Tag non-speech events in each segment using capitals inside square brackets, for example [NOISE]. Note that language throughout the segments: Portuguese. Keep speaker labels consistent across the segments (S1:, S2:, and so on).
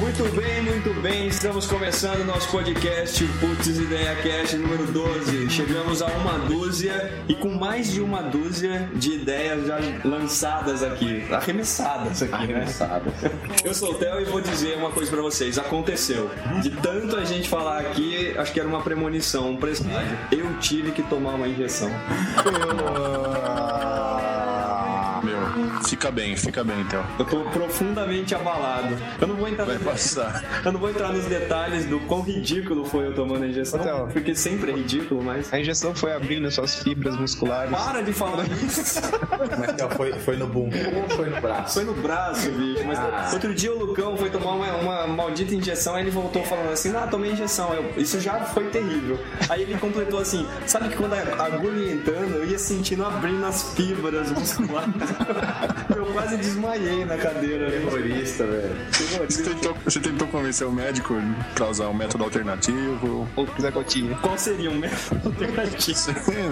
S1: Muito bem, muito bem, estamos começando o nosso podcast, o Putz Ideia Cast número 12. Chegamos a uma dúzia e com mais de uma dúzia de ideias já lançadas aqui, arremessadas aqui, né? Eu sou o Theo e vou dizer uma coisa pra vocês, aconteceu. De tanto a gente falar aqui, acho que era uma premonição, um presságio. Eu tive que tomar uma injeção.
S2: Meu, fica bem, fica bem, então.
S1: Eu tô profundamente abalado. Eu não vou entrar
S2: Vai
S1: no-
S2: passar.
S1: Eu não vou entrar nos detalhes do quão ridículo foi eu tomando a injeção,
S3: Ô,
S4: Então.
S3: Theo.
S1: porque sempre é ridículo, mas.
S3: A injeção foi abrindo suas fibras musculares.
S1: Para de falar
S4: [LAUGHS]
S1: isso!
S4: Mas ó, foi, foi no bumbum ou foi no braço?
S1: Foi no braço, bicho. Mas
S4: Ah.
S1: outro dia o Lucão foi tomar uma, uma maldita injeção, aí ele voltou falando assim: Ah, tomei injeção. Eu, isso já foi terrível. Aí ele completou assim: Sabe que quando a agulha ia entrando, eu ia sentindo abrindo as fibras [LAUGHS] musculares. eu quase desmaiei na cadeira. né? bicho.
S4: Terrorista, velho.
S2: Você tentou, você tentou convencer o médico pra usar um método alternativo,
S3: Ou quiser um gotinha.
S1: Qual seria o método alternativo?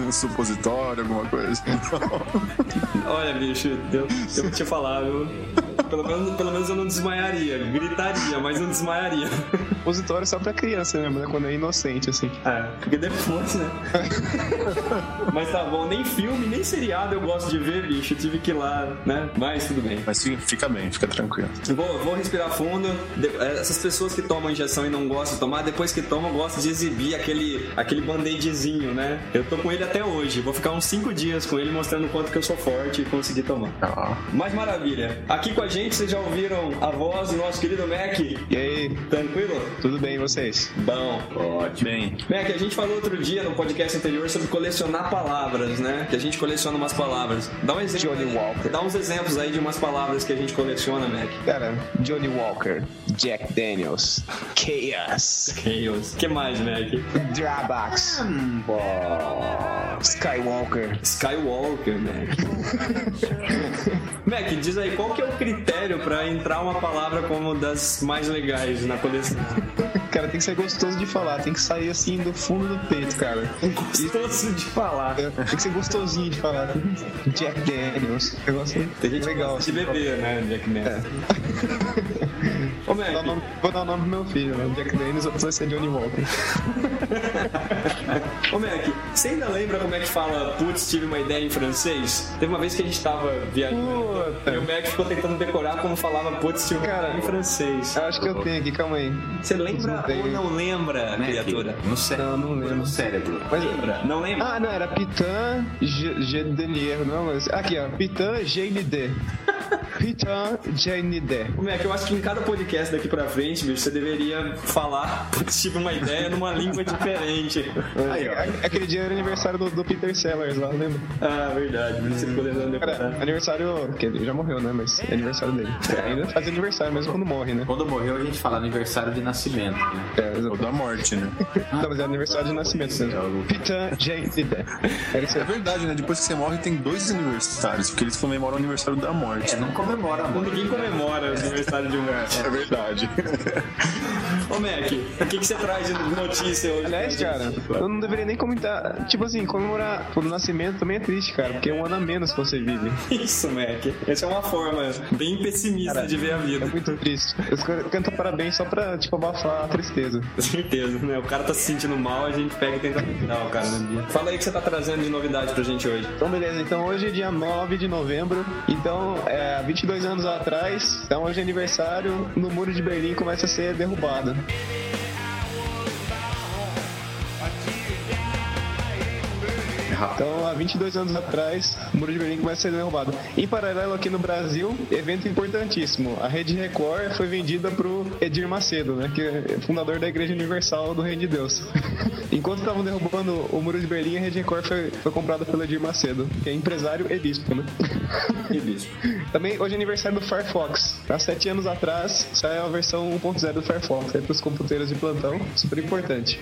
S2: um supositório, alguma coisa.
S1: Olha, bicho, eu, eu vou te falar, viu? Pelo menos, pelo menos eu não desmaiaria. Gritaria, mas não desmaiaria. [LAUGHS]
S3: Positório só pra criança mesmo, né? Quando é inocente, assim.
S1: É, porque depois, né? [LAUGHS] mas tá bom, nem filme, nem seriado eu gosto de ver, bicho. Eu tive que ir lá, né? Mas tudo bem.
S2: Mas fi- fica bem, fica tranquilo.
S1: Eu Vou, vou respirar fundo. De- é, Essas pessoas que tomam injeção e não gostam de tomar, depois que tomam, gostam de exibir aquele, aquele band-aidzinho, né? Eu tô com ele até hoje. Vou ficar uns 5 dias com ele mostrando o quanto que eu sou forte e consegui tomar.
S2: Ó,
S1: Mas maravilha. Aqui com a gente, vocês já ouviram a voz do nosso querido Mac.
S3: E aí,
S1: Tranquilo?
S3: tudo bem e vocês?
S1: Bom.
S4: Ótimo.
S2: Bem,
S1: Mac, a gente falou outro dia no podcast anterior sobre colecionar palavras, né? Que a gente coleciona umas palavras. Dá um exemplo.
S3: Johnny
S1: aí.
S3: Walker.
S1: Dá uns exemplos aí de umas palavras que a gente coleciona, Mac.
S3: Cara, Johnny Walker, Jack Daniels, Chaos,
S1: Chaos. que mais, Mac?
S3: Drabax, Skywalker.
S1: Skywalker, Mac. [LAUGHS] Mac, diz aí, qual que é o critério pra entrar uma palavra como das mais legais na coleção?
S3: Cara, tem que ser gostoso de falar, tem que sair assim do fundo do peito, cara.
S1: Gostoso de falar.
S3: É, Tem que ser gostosinho de falar. Jack Daniels, negócio
S1: Tem gente
S3: legal. assim.
S1: que gosta de beber, né, Jack Nelson? Ô,
S3: Vou dar o
S1: Mac,
S3: nome- Vou dar o nome pro meu filho, né? Jack Daniels, outro vai ser Johnny Walker.
S1: ô Mac, você ainda lembra como é que fala putz, tive uma ideia em francês? Teve uma vez que a gente tava viajando né?
S3: Puta.
S1: e o Mac ficou tentando decorar como falava putz, tive uma
S3: Cara,
S1: ideia em francês.
S3: Eu acho que eu tenho aqui, calma aí.
S1: Você lembra
S3: tenho.
S1: ou não lembra, criatura?
S4: No cérebro.
S3: Não, não lembro.
S4: No cérebro.
S3: Mas-
S1: Não lembra?
S3: Ah, não, era Pitan G- Gedelier, não, mas. Aqui, ó. Pitan
S4: [LAUGHS]
S3: GND. Pitan GND.
S1: Ô, Mac, eu acho que em cada podcast daqui pra frente, bicho, você deveria falar putz, tive uma ideia numa língua
S3: [LAUGHS]
S1: diferente.
S4: Aí, ó.
S3: A- É, Aquele dia era aniversário do, do Peter Sellers lá, lembra?
S1: Ah, verdade, bicho, você ficou lembrando
S3: Cara,
S1: decorar.
S3: aniversário. que ele já morreu, né? Mas é aniversário dele. Ainda faz aniversário mesmo quando morre, né?
S4: Quando morreu, a gente fala aniversário de nascimento. Né?
S3: É,
S2: ou
S3: exato.
S2: da morte, né?
S3: Não,
S4: Ah,
S3: mas é aniversário de nascimento
S4: é
S3: mesmo. Pitan GND. Era isso
S2: É
S3: aí.
S2: verdade, né? Depois que você morre, tem dois aniversários, porque eles comemoram o aniversário da morte.
S4: É, não comemora muito.
S1: Ninguém comemora o aniversário de um cara.
S2: É verdade.
S1: Ô Mac, o que, que você traz de notícia hoje?
S3: Aliás, cara, eu não deveria nem comentar. Tipo assim, comemorar o nascimento também é triste, cara, porque é um ano a menos que você vive.
S1: Isso, Mac. Essa é uma forma bem pessimista de ver a vida.
S3: É muito triste. Os caras cantam parabéns só pra, tipo, abafar a tristeza.
S1: Com certeza, né? O cara tá se sentindo mal, a gente pega e tenta ajudar o cara no dia. Fala aí o que você tá trazendo de novidade pra gente hoje.
S3: Então, beleza. Então, hoje é dia 9 de novembro. Então, é, 22 anos atrás, então hoje é aniversário, no Muro de Berlim começa a ser derrubado. Então, há 22 anos atrás, o Muro de Berlim começa a ser derrubado. Em paralelo, aqui no Brasil, evento importantíssimo. A Rede Record foi vendida pro Edir Macedo, né? Que é fundador da Igreja Universal do Reino de Deus. [LAUGHS] Enquanto estavam derrubando o Muro de Berlim, a Rede Record foi, foi comprada pelo Edir Macedo, que é empresário e bispo, né? [LAUGHS]
S1: E bicho.
S3: Também hoje é aniversário do Firefox. Há sete anos é um atrás saiu a versão 1.0 do Firefox, aí pros computeiros de plantão, super importante.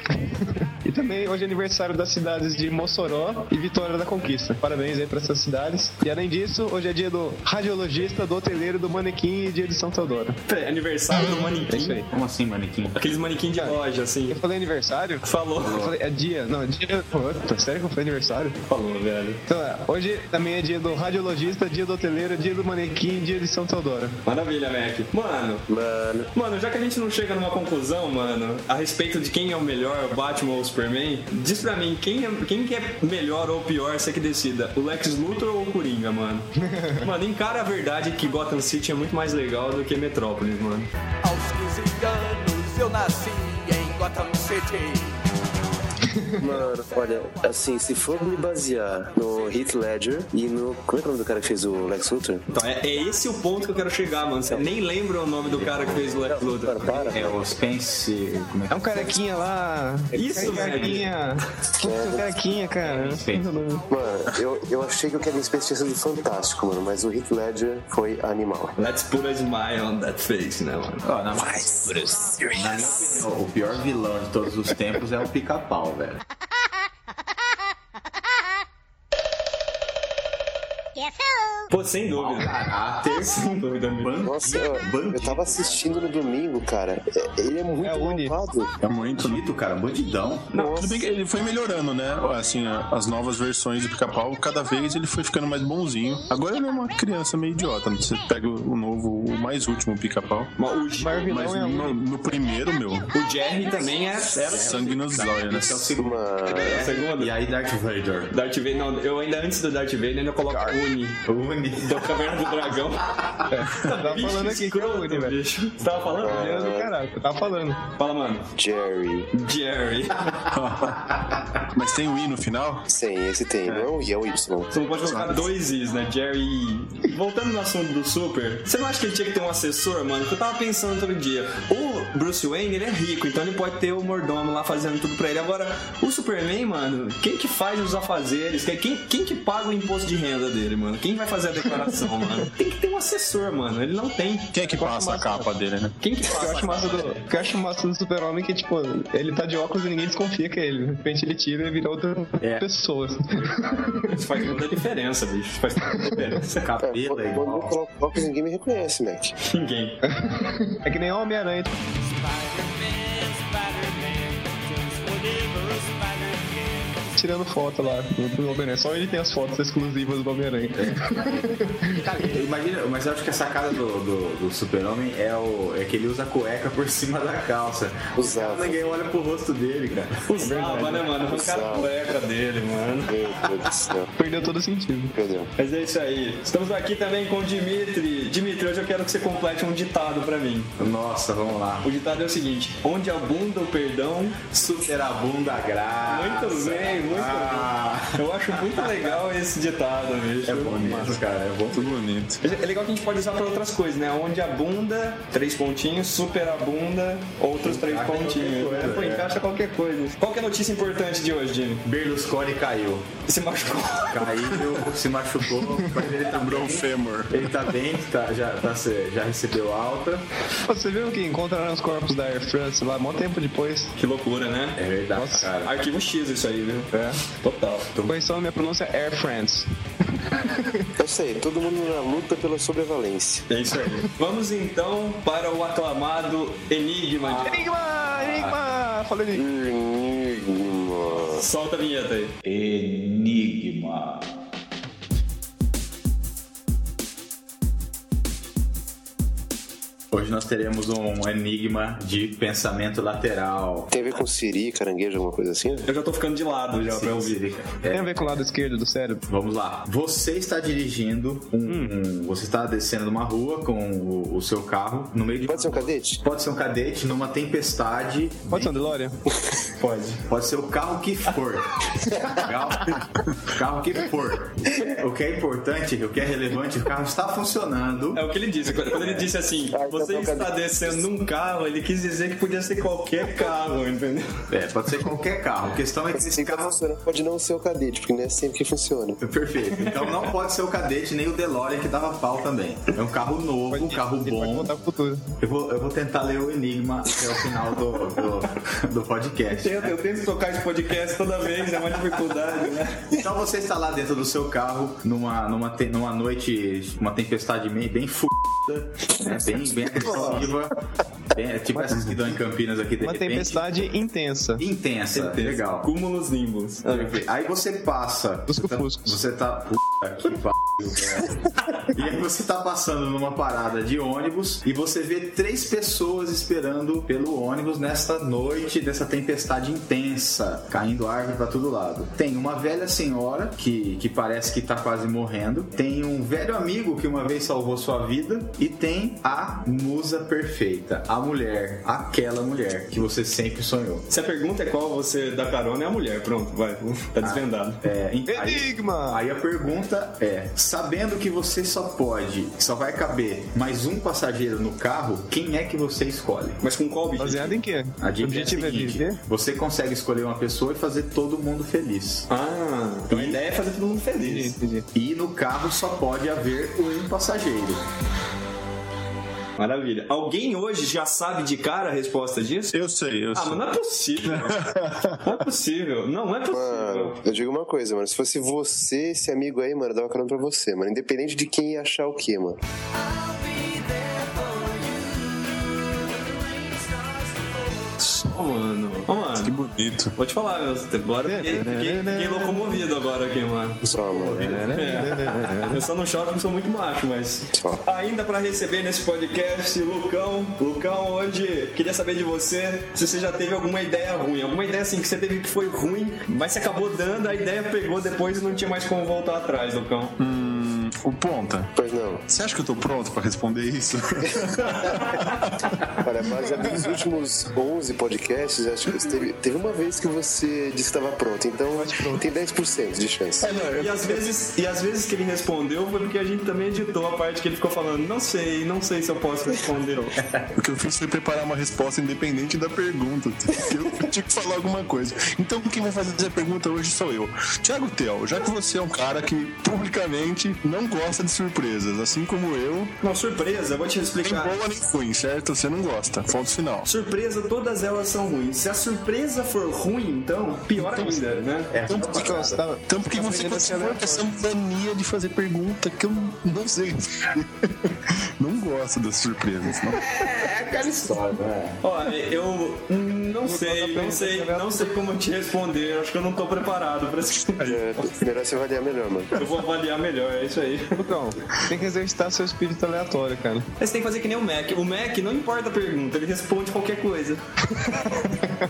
S3: [LAUGHS] E E também hoje é aniversário das cidades de Mossoró e Vitória da Conquista. Parabéns aí pra essas cidades. E além disso, hoje é dia do radiologista, do hoteleiro, do manequim e dia de São Teodoro.
S1: Peraí, aniversário do
S3: É isso
S1: manequim.
S3: aí.
S4: Como assim, manequim?
S1: Aqueles manequim de loja, assim.
S3: Eu falei aniversário?
S1: Falou.
S3: Eu falei, é dia, não, é dia. Puta, sério que eu falei aniversário?
S1: Falou, velho.
S3: Então, é, hoje também é dia do radiologista, dia do hoteleiro, dia do manequim, dia de São Teodoro.
S1: Maravilha, Mac. Mano,
S5: Mano,
S1: mano, já que a gente não chega numa conclusão, mano, a respeito de quem é o melhor, o Batman ou o Superman, diz pra mim, quem é, quem que é melhor ou pior, você que decida, o Lex Luthor ou o Coringa,
S4: [LAUGHS]
S1: mano? mano, encara a verdade que Gotham City é muito mais legal do que Metrópolis, mano.
S6: Aos 15 anos eu nasci em Gotham City.
S5: mano, olha, assim, se for me basear no Heath Ledger e no. Como é que é o nome do cara que fez o Lex Luthor?
S1: Então, é, é esse o ponto que eu quero chegar, mano. Você nem lembra o nome do cara que fez o Lex Luthor.
S5: Cara, para.
S4: É o Spence. Como é que
S3: É um carequinha lá.
S1: Isso, velho.
S3: Carequinha. Putz, um carequinha, cara.
S5: Mano, eu, eu achei que o Kevin Spacey tinha sido fantástico, mano, mas o Heath Ledger foi animal.
S1: Let's put a smile on that face, né, mano?
S4: Ó, na, na minha opinião, o pior vilão de todos os tempos é o pica-pau, velho.
S7: Guess who?
S1: Pô, sem dúvida.
S4: Caráter.
S1: Sem dúvida, amigo.
S4: Bandido.
S5: Nossa, eu, eu
S4: bandido.
S5: tava assistindo no domingo, cara. É- Ele é muito
S3: É, une.
S5: malvado.
S2: É muito, né?
S4: Bandido, cara. Bandidão.
S2: Não, tudo bem que ele foi melhorando, né? Assim, as novas versões do pica-pau, cada vez ele foi ficando mais bonzinho. Agora ele é uma criança meio idiota. né? Você pega o novo, o mais último pica-pau.
S1: Mas o G-
S3: Maior vilão
S2: Mas
S3: é a
S1: um.
S2: no, no primeiro, meu,
S1: O Jerry também é. Era
S2: sangue nos olhos, né?
S1: Então,
S4: Esse é o segundo.
S5: Mano,
S1: é segundo.
S4: E aí, Darth Vader.
S1: Darth Vader, não, eu ainda antes do Darth Vader ainda coloco o Uni.
S4: Uni.
S1: Da Caverna do Dragão.
S3: [LAUGHS] Tava
S1: Bicho
S3: Tá falando aqui que é o
S1: escroto,
S3: Uni, velho. É.
S1: bicho. Você tava falando?
S3: Deus do caralho, tava falando.
S1: Fala, mano.
S5: Jerry.
S1: Jerry.
S2: Mas tem o I no final?
S5: Sim, esse tem. Não é um I, é um Y.
S1: Você não pode colocar dois Is, né? Jerry e. Voltando no assunto do Super, você não acha que ele tinha que ter um assessor, mano? Porque eu tava pensando outro dia. O Bruce Wayne, ele é rico, então ele pode ter o mordomo lá fazendo tudo pra ele. Agora, o Superman, mano, quem que faz os afazeres? Quem, quem- quem que paga o imposto de renda dele, mano? Quem vai fazer a declaração, [LAUGHS] mano? Tem que ter um assessor, mano. Ele não tem.
S2: Quem é que passa a capa dele, né?
S1: Quem que
S3: O que eu
S1: faz?
S3: acho massa do, o que eu acho massa do super-homem é que, tipo, ele tá de óculos e ninguém desconfia que é ele. De repente ele tira e vira outra
S4: É.
S3: pessoa. [LAUGHS] assim.
S1: Isso faz toda a diferença, bicho. Isso faz toda a
S4: [LAUGHS]
S1: diferença.
S5: É,
S4: Cabelo é
S5: quando eu
S4: igual.
S5: coloco óculos, ninguém me reconhece, Mac.
S1: Ninguém.
S3: É que nem Homem-Aranha.
S6: Spider-Man, Spider-Man, just whatever Spider-Man.
S3: Tirando foto lá do, do Homem-Aranha. Só ele tem as fotos exclusivas do Homem-Aranha. [LAUGHS]
S4: Cara, imagina, mas eu acho que a sacada do, do, do super-homem é, o- é que ele usa a cueca por cima da calça.
S5: Usava.
S4: Ninguém olha pro rosto dele, cara.
S1: Usava, né, mano? Arrancaram a cueca dele, mano.
S5: Meu Deus do céu.
S3: Perdeu todo o sentido.
S5: Perdeu.
S1: Mas é isso aí. Estamos aqui também com o Dimitri. Dimitri, hoje eu quero que você complete um ditado pra mim.
S4: Nossa, vamos lá.
S1: O ditado é o seguinte: onde abunda o perdão, supera.
S4: Ter a bunda graça.
S1: Muito bem, muito
S4: Ah,
S1: bem. Eu acho muito legal esse ditado, bicho.
S4: É bom mesmo, cara. É bom.
S2: Muito bonito.
S1: Mas É legal que a gente pode usar pra outras coisas, né? Onde abunda, três pontinhos, superabunda, outros três
S4: Encaixa
S1: pontinhos.
S4: qualquer coisa,
S1: Pô,
S4: é.
S1: Encaixa qualquer coisa. Qual que é a notícia importante de hoje, Jimmy?
S4: Berlusconi caiu.
S1: Se machucou.
S4: Caiu, se machucou, mas ele tá
S2: Quebrou o
S4: bem.
S2: fêmur.
S4: Ele tá bem, tá- já, tá- já recebeu alta.
S3: Você viu que encontraram os corpos da Air France lá, mó tempo depois.
S1: Que loucura, né?
S4: É verdade, cara.
S1: Arquivo X isso aí, viu? É. Total.
S3: Correção, minha pronúncia é Air France.
S5: Eu sei, todo mundo na luta pela sobrevalência.
S1: É isso aí. Vamos então para o aclamado Enigma.
S3: Enigma! Enigma! Falei de...
S5: Enigma.
S1: Solta a vinheta aí.
S4: Hoje nós teremos um enigma de pensamento lateral.
S5: Tem a ver com siri, caranguejo, alguma coisa assim?
S1: Eu já tô ficando de lado já pra ouvir.
S4: É,
S3: Tem a ver com o lado esquerdo do cérebro?
S4: Vamos lá. Você está dirigindo um,
S1: Hum.
S4: um- Você está descendo uma rua com o, o seu carro no meio de.
S5: Pode ser um cadete?
S4: Pode ser um cadete numa tempestade.
S3: Pode ser um DeLorean?
S4: Pode. Pode ser o carro que for. Legal? O carro que for. O que é importante, o que é relevante, o carro está funcionando.
S1: É o que ele disse. Quando ele disse assim, você está descendo num carro, ele quis dizer que podia ser qualquer carro, [LAUGHS] entendeu?
S4: É, pode ser qualquer carro. A questão é que esse
S5: Assim que
S4: carro
S5: funciona, pode não ser o cadete, porque não é sempre que funciona.
S4: Perfeito. Então não pode ser o cadete nem o DeLorean que dava pau também. É um carro novo, um carro
S3: Ele pode
S4: bom.
S3: voltar pro futuro.
S4: Eu vou, eu vou tentar ler o enigma até o final do, do, do podcast.
S1: Eu, eu tento tocar esse podcast toda vez, é uma dificuldade, né?
S4: Então você está lá dentro do seu carro numa, numa, te- numa noite, uma tempestade bem, bem f***, né? bem, bem agressiva. Bem- é tipo essas que dão em Campinas aqui de
S3: Uma
S4: repente.
S3: tempestade intensa.
S4: Intensa, legal.
S1: Cúmulos nimbus.
S4: Aí você passa.
S3: Dos
S4: você tá-
S3: cufuscos.
S4: Você tá. Puta que pariu, cara. [LAUGHS] E aí você tá passando numa parada de ônibus e você vê três pessoas esperando pelo ônibus nesta noite dessa tempestade intensa, caindo árvore pra todo lado. Tem uma velha senhora que, que parece que tá quase morrendo, tem um velho amigo que uma vez salvou sua vida e tem a musa perfeita, a mulher, aquela mulher que você sempre sonhou.
S1: Se a pergunta é qual você dá carona, é a mulher. Pronto, vai. Tá desvendado.
S4: É, em- aí-
S3: Enigma!
S4: Aí a pergunta é: sabendo que você só pode, só vai caber mais um passageiro no carro, quem é que você escolhe?
S1: Mas com qual objetivo?
S3: Baseado em quê?
S4: A
S3: o
S4: dica é a
S3: objetivo é,
S4: seguinte,
S3: viver?
S4: você consegue escolher uma pessoa e fazer todo mundo feliz.
S1: Ah, então a ideia é fazer todo mundo feliz.
S4: E no carro só pode haver um passageiro.
S1: Maravilha. Alguém hoje já sabe de cara a resposta disso?
S2: Eu sei, eu
S1: Ah, mas
S2: sei.
S1: não é possível. Não é possível. Não é possível.
S5: Mano, eu digo uma coisa, mano. Se fosse você, esse amigo aí, mano, eu dava carona pra você, mano. Independente de quem ia achar o quê, mano.
S1: Só, mano. Ô,
S2: Que
S1: mano.
S2: bonito.
S1: Vou te falar, meu. Agora eu fiquei, fiquei, fiquei locomovido agora aqui, mano.
S5: Só, mano.
S1: É. Eu só não choro porque eu sou muito macho, mas.
S5: Só.
S1: Ainda pra receber nesse podcast, Lucão. Lucão, hoje queria saber de você se você já teve alguma ideia ruim. Alguma ideia assim que você teve que foi ruim, mas você acabou dando, a ideia pegou depois e não tinha mais como voltar atrás, Lucão.
S2: Hum, o Ponta,
S5: Pois não.
S2: você acha que eu tô pronto pra responder isso?
S5: Olha, baseado nos últimos 11 podcasts, acho que você teve, teve uma vez que você disse que estava pronto. Então, tem 10% de chance.
S1: E às, vezes, e às vezes que ele respondeu foi porque a gente também editou a parte que ele ficou falando, não sei, não sei se eu posso responder. [LAUGHS]
S2: O que eu fiz foi preparar uma resposta independente da pergunta. [LAUGHS] Eu tinha que falar alguma coisa. Então, quem vai fazer essa pergunta hoje sou eu. Tiago Tel, já que você é um cara que publicamente não gosta de surpresas, assim como eu,
S1: não, surpresa, eu vou te
S2: nem
S1: explicar.
S2: boa nem ruim, certo? Você não gosta. Ponto final.
S1: Surpresa, todas elas são ruins. Se a surpresa for ruim, então, pior ainda, né?
S4: É,
S2: Então, por que-
S3: Então, você tava-
S2: Então, por que
S3: tava
S2: você
S1: assim
S3: aprendendo a
S1: é
S3: ser
S2: continua com essa mania de fazer pergunta que eu não sei? [LAUGHS] Não gosto das surpresas. Não.
S1: Ó, eu não sei, não sei, não sei como te responder. Acho que eu não tô preparado pra isso.
S5: É, melhor você avaliar melhor, mano.
S1: Eu vou avaliar melhor, é isso aí.
S3: Lucão, tem que exercitar seu espírito aleatório, cara.
S1: [LAUGHS] Mas você tem que fazer que nem o Mac. O Mac não importa a pergunta, ele responde qualquer [LAUGHS] coisa.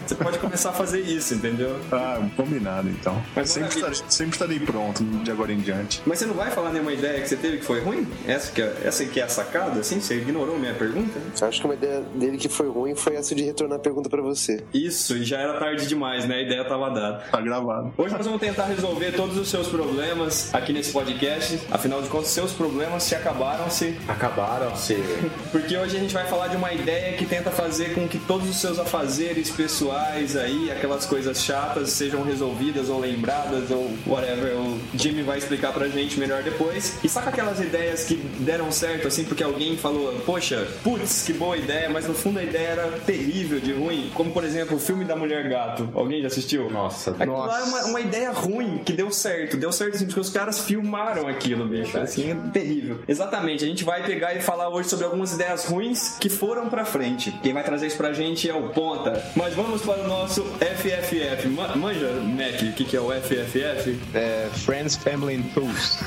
S1: Você pode começar a fazer isso, entendeu?
S2: Ah, combinado então.
S1: Mas
S2: sempre,
S1: maravilha.
S2: estarei, sempre estarei pronto de agora em diante.
S1: Mas você não vai falar nenhuma ideia que você teve que foi ruim? Essa que é, essa que é a sacada, assim? Você ignorou minha pergunta?
S5: Acho que uma ideia dele que foi ruim foi essa de retornar a pergunta pra você.
S1: Isso, e já era tarde demais, né? A ideia tava dada.
S2: Tá gravado.
S1: Hoje nós vamos tentar resolver todos os seus problemas aqui nesse podcast. Afinal de contas, seus problemas se acabaram-se.
S4: acabaram se
S1: [LAUGHS] Porque hoje a gente vai falar de uma ideia que tenta fazer com que todos os seus afazeres pessoais aí, aquelas coisas chatas, sejam resolvidas ou lembradas ou whatever. O Jimmy vai explicar pra gente melhor depois. E saca aquelas ideias que deram certo, assim, porque alguém falou, poxa, putz, que boa ideia, mas no fundo a ideia era terrível de ruim. Como, por exemplo, o filme da Mulher Gato. Alguém já assistiu?
S4: Nossa,
S1: Aquilo lá é uma, uma ideia ruim que deu certo. Deu certo assim, porque os caras filmaram aquilo, bicho. Assim, é terrível. Exatamente. A gente vai pegar e falar hoje sobre algumas ideias ruins que foram pra frente. Quem vai trazer isso pra gente é o Ponta. Mas vamos para o nosso FFF. Ma- manja, Mac, o que, que é o FFF?
S3: É, Friends, Family and Fools.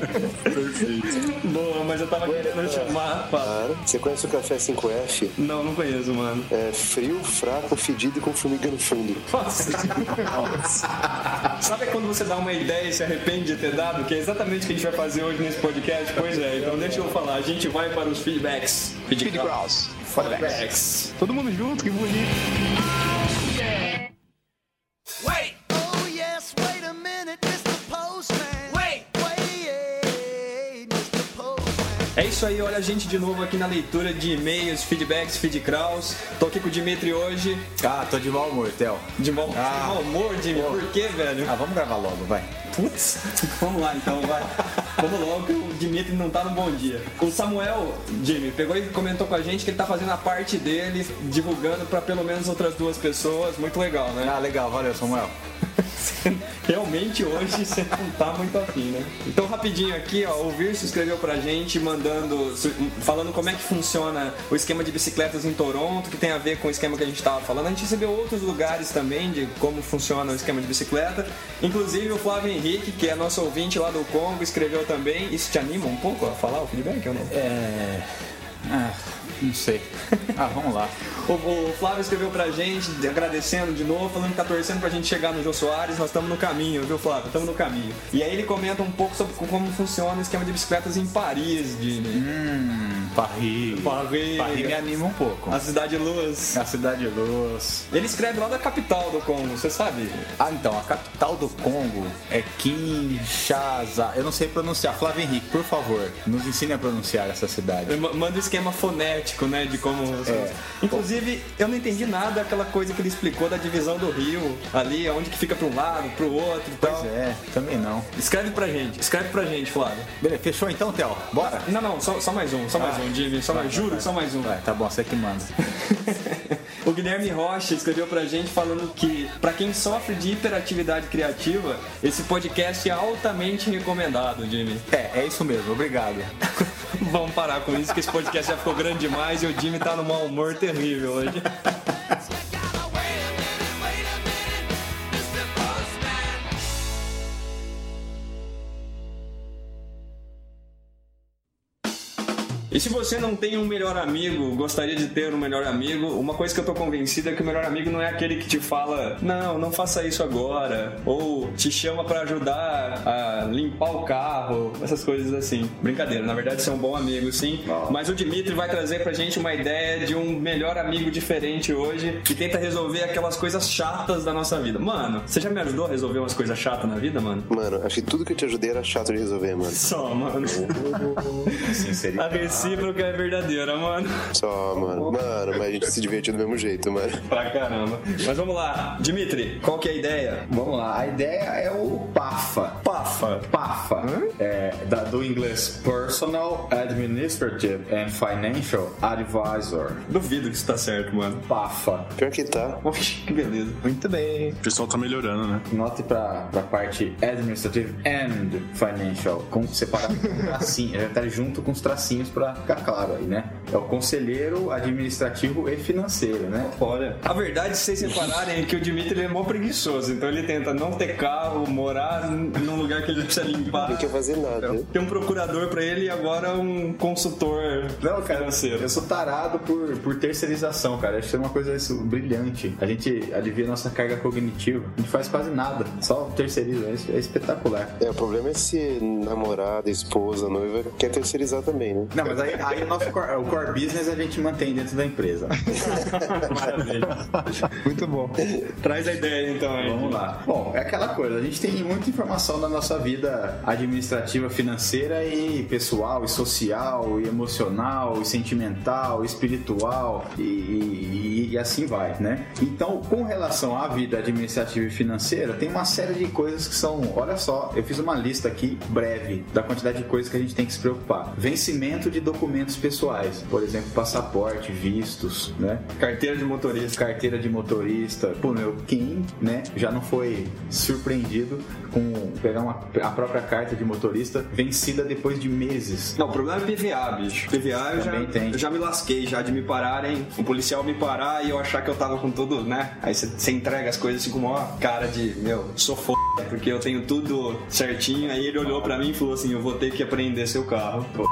S2: Perfeito.
S1: Boa, mas eu tava querendo chamar... pra-
S5: Cara, você conhece o café 5F?
S1: Não, não conheço, mano.
S5: É frio, fraco, fedido e com formiga no fundo.
S1: Nossa. Sabe quando você dá uma ideia e se arrepende de ter dado? Que é exatamente o que a gente vai fazer hoje nesse podcast. Pois é, então deixa eu falar. A gente vai para os feedbacks.
S3: Speed Cross.
S1: Feedbacks.
S3: Todo mundo junto, que bonito.
S6: Wait! Oh, yes, wait a minute, Mr. Postman. Wait! Wait, Mr. Postman.
S1: É isso aí, olha a gente de novo aqui na leitura de e-mails, feedbacks, feedcrawls. Tô aqui com o Dimitri hoje.
S8: Ah, tô de mau humor, Theo.
S1: De bom,
S8: Ah.
S1: de bom humor, Dimitri.
S8: Pô.
S1: Por quê, velho?
S8: Ah, vamos gravar logo, vai.
S1: Putz, [LAUGHS] vamos lá então, vai. Vamos logo que o Dimitri não tá no bom dia. O Samuel, Jimmy, pegou e comentou com a gente que ele tá fazendo a parte dele, divulgando pra pelo menos outras duas pessoas. Muito legal, né?
S8: Ah, legal, valeu, Samuel.
S1: [LAUGHS] Realmente hoje você não tá muito afim, né? Então rapidinho aqui, ó, o Virso escreveu pra gente, mandando, su- falando como é que funciona o esquema de bicicletas em Toronto, que tem a ver com o esquema que a gente tava falando. A gente recebeu outros lugares também de como funciona o esquema de bicicleta. Inclusive o Flávio Henrique, que é nosso ouvinte lá do Congo, escreveu também. Isso te anima um pouco a falar o feedback ou não?
S8: É. Ah, não sei. Ah, vamos lá.
S1: O, o Flávio escreveu pra gente, agradecendo de novo, falando que tá torcendo pra gente chegar no Jô Soares. Nós estamos no caminho, viu, Flávio? Estamos no caminho. E aí ele comenta um pouco sobre como funciona o esquema de bicicletas em Paris, Jimmy.
S8: Hum, Paris.
S1: Paris.
S8: Paris me anima um pouco.
S1: A Cidade Luz.
S8: A Cidade é Luz.
S1: Ele escreve lá da capital do Congo, você sabe?
S8: Ah, então, a capital do Congo é Kinshasa. Eu não sei pronunciar. Flávio Henrique, por favor, nos ensine a pronunciar essa cidade.
S1: Ma- Manda o esquema fonético, né? De como.
S8: É.
S1: Inclusive, eu não entendi nada aquela coisa que ele explicou da divisão do rio, ali, onde que fica pra um lado, pro outro e
S8: Pois
S1: tal.
S8: é, também não.
S1: Escreve pra gente, escreve pra gente, Flávio.
S8: Beleza, fechou então, Theo? Bora?
S1: Não, não, só, só mais um, só mais um, Jimmy. Só mais, juro, só mais um.
S8: Vai, tá bom, você que manda.
S1: [LAUGHS] O Guilherme Rocha escreveu pra gente falando que, pra quem sofre de hiperatividade criativa, esse podcast é altamente recomendado, Jimmy.
S8: É, é isso mesmo, obrigado.
S1: [LAUGHS] Vamos parar com isso, que esse podcast já ficou grande demais e o Jimmy tá num mau humor terrível hoje. E se você não tem um melhor amigo, gostaria de ter um melhor amigo, uma coisa que eu tô convencido é que o melhor amigo não é aquele que te fala, não, não faça isso agora, ou te chama pra ajudar a limpar o carro, essas coisas assim. Brincadeira, na verdade você é um bom amigo, sim. Mas o Dimitri vai trazer pra gente uma ideia de um melhor amigo diferente hoje que tenta resolver aquelas coisas chatas da nossa vida. Mano, você já me ajudou a resolver umas coisas chatas na vida, mano?
S5: Mano, acho que tudo que eu te ajudei era chato de resolver, mano.
S1: Só, mano. A
S4: Sinceridade.
S1: recíproca é verdadeira, mano.
S5: Só, mano. Mano, mas a gente se divertiu do mesmo jeito, mano.
S1: Pra caramba. Mas vamos lá. Dimitri, qual que é a ideia?
S4: Vamos lá, a ideia é o PAFA.
S1: Pafa.
S4: PAFA, é, da- do inglês Personal Administrative and Financial Advisor.
S1: Duvido que isso tá certo, mano.
S4: PAFA.
S5: Pior que tá.
S1: Oxi, que beleza.
S3: Muito bem.
S2: O pessoal tá melhorando, né?
S4: Note pra, pra parte Administrative and Financial, com separado com tracinho, ele tá junto com os tracinhos pra ficar claro aí, né? É o conselheiro administrativo e financeiro, né?
S1: Olha, a verdade, se vocês repararem, é que o Dimitri ele é mó preguiçoso. Então ele tenta não ter carro, morar num lugar que ele precisa limpar.
S5: Não quer fazer nada.
S1: Tem um procurador pra ele e agora um consultor
S4: Não, cara,
S1: financeiro.
S4: eu sou tarado por, por terceirização, cara. Acho que é uma coisa isso, brilhante. A gente alivia nossa carga cognitiva. A gente faz quase nada, só terceiriza. É, es- é espetacular.
S5: É, o problema é se namorada, esposa, noiva quer terceirizar também, né?
S4: Não, mas aí, aí o nosso core, o core business a gente mantém dentro da empresa.
S1: Maravilha.
S3: Muito bom.
S1: Traz a ideia então aí.
S4: Vamos lá. Bom, é aquela coisa, a gente tem muita informação na nossa vida administrativa, financeira e pessoal, e social, e emocional, e sentimental, e espiritual, e, e- e- e assim vai, né? Então, com relação à vida administrativa e financeira, tem uma série de coisas que são, olha só, eu fiz uma lista aqui breve da quantidade de coisas que a gente tem que se preocupar. Vencimento de documentos pessoais, por exemplo, passaporte, vistos, né?
S1: Carteira de motorista.
S4: carteira de motorista. Pô, meu, quem, né, já não foi surpreendido com pegar uma- a própria carta de motorista vencida depois de meses?
S1: Não, o problema é PVA, bicho. PVA eu já,
S4: Também tem.
S1: eu já me lasquei, já de me pararem, o policial me parar e eu achar que eu tava com tudo, né? Aí você- você entrega as coisas assim com uma cara de, meu, sou foda, porque eu tenho tudo certinho. Aí ele olhou pra mim e falou assim: eu vou ter que apreender seu carro. Pô,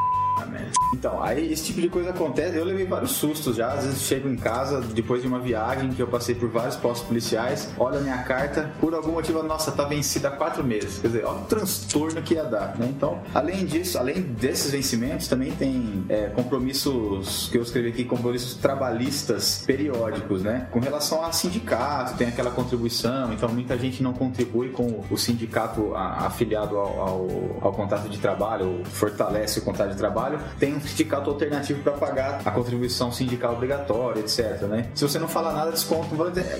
S4: Então, aí esse tipo de coisa acontece. Eu levei vários sustos já. Às vezes chego em casa depois de uma viagem que eu passei por vários postos policiais, olho a minha carta, por algum motivo, nossa, tá vencida há quatro meses. Quer dizer, olha o transtorno que ia dar, né? Então, além disso, além desses vencimentos, também tem é, compromissos que eu escrevi aqui, compromissos trabalhistas periódicos, né? Com relação a sindicato, tem aquela contribuição, então muita gente não contribui com o sindicato a- afiliado ao, ao, ao contrato de trabalho, ou fortalece o contrato de trabalho. Tem um sindicato alternativo para pagar a contribuição sindical obrigatória, etc. né? Se você não falar nada, desconto.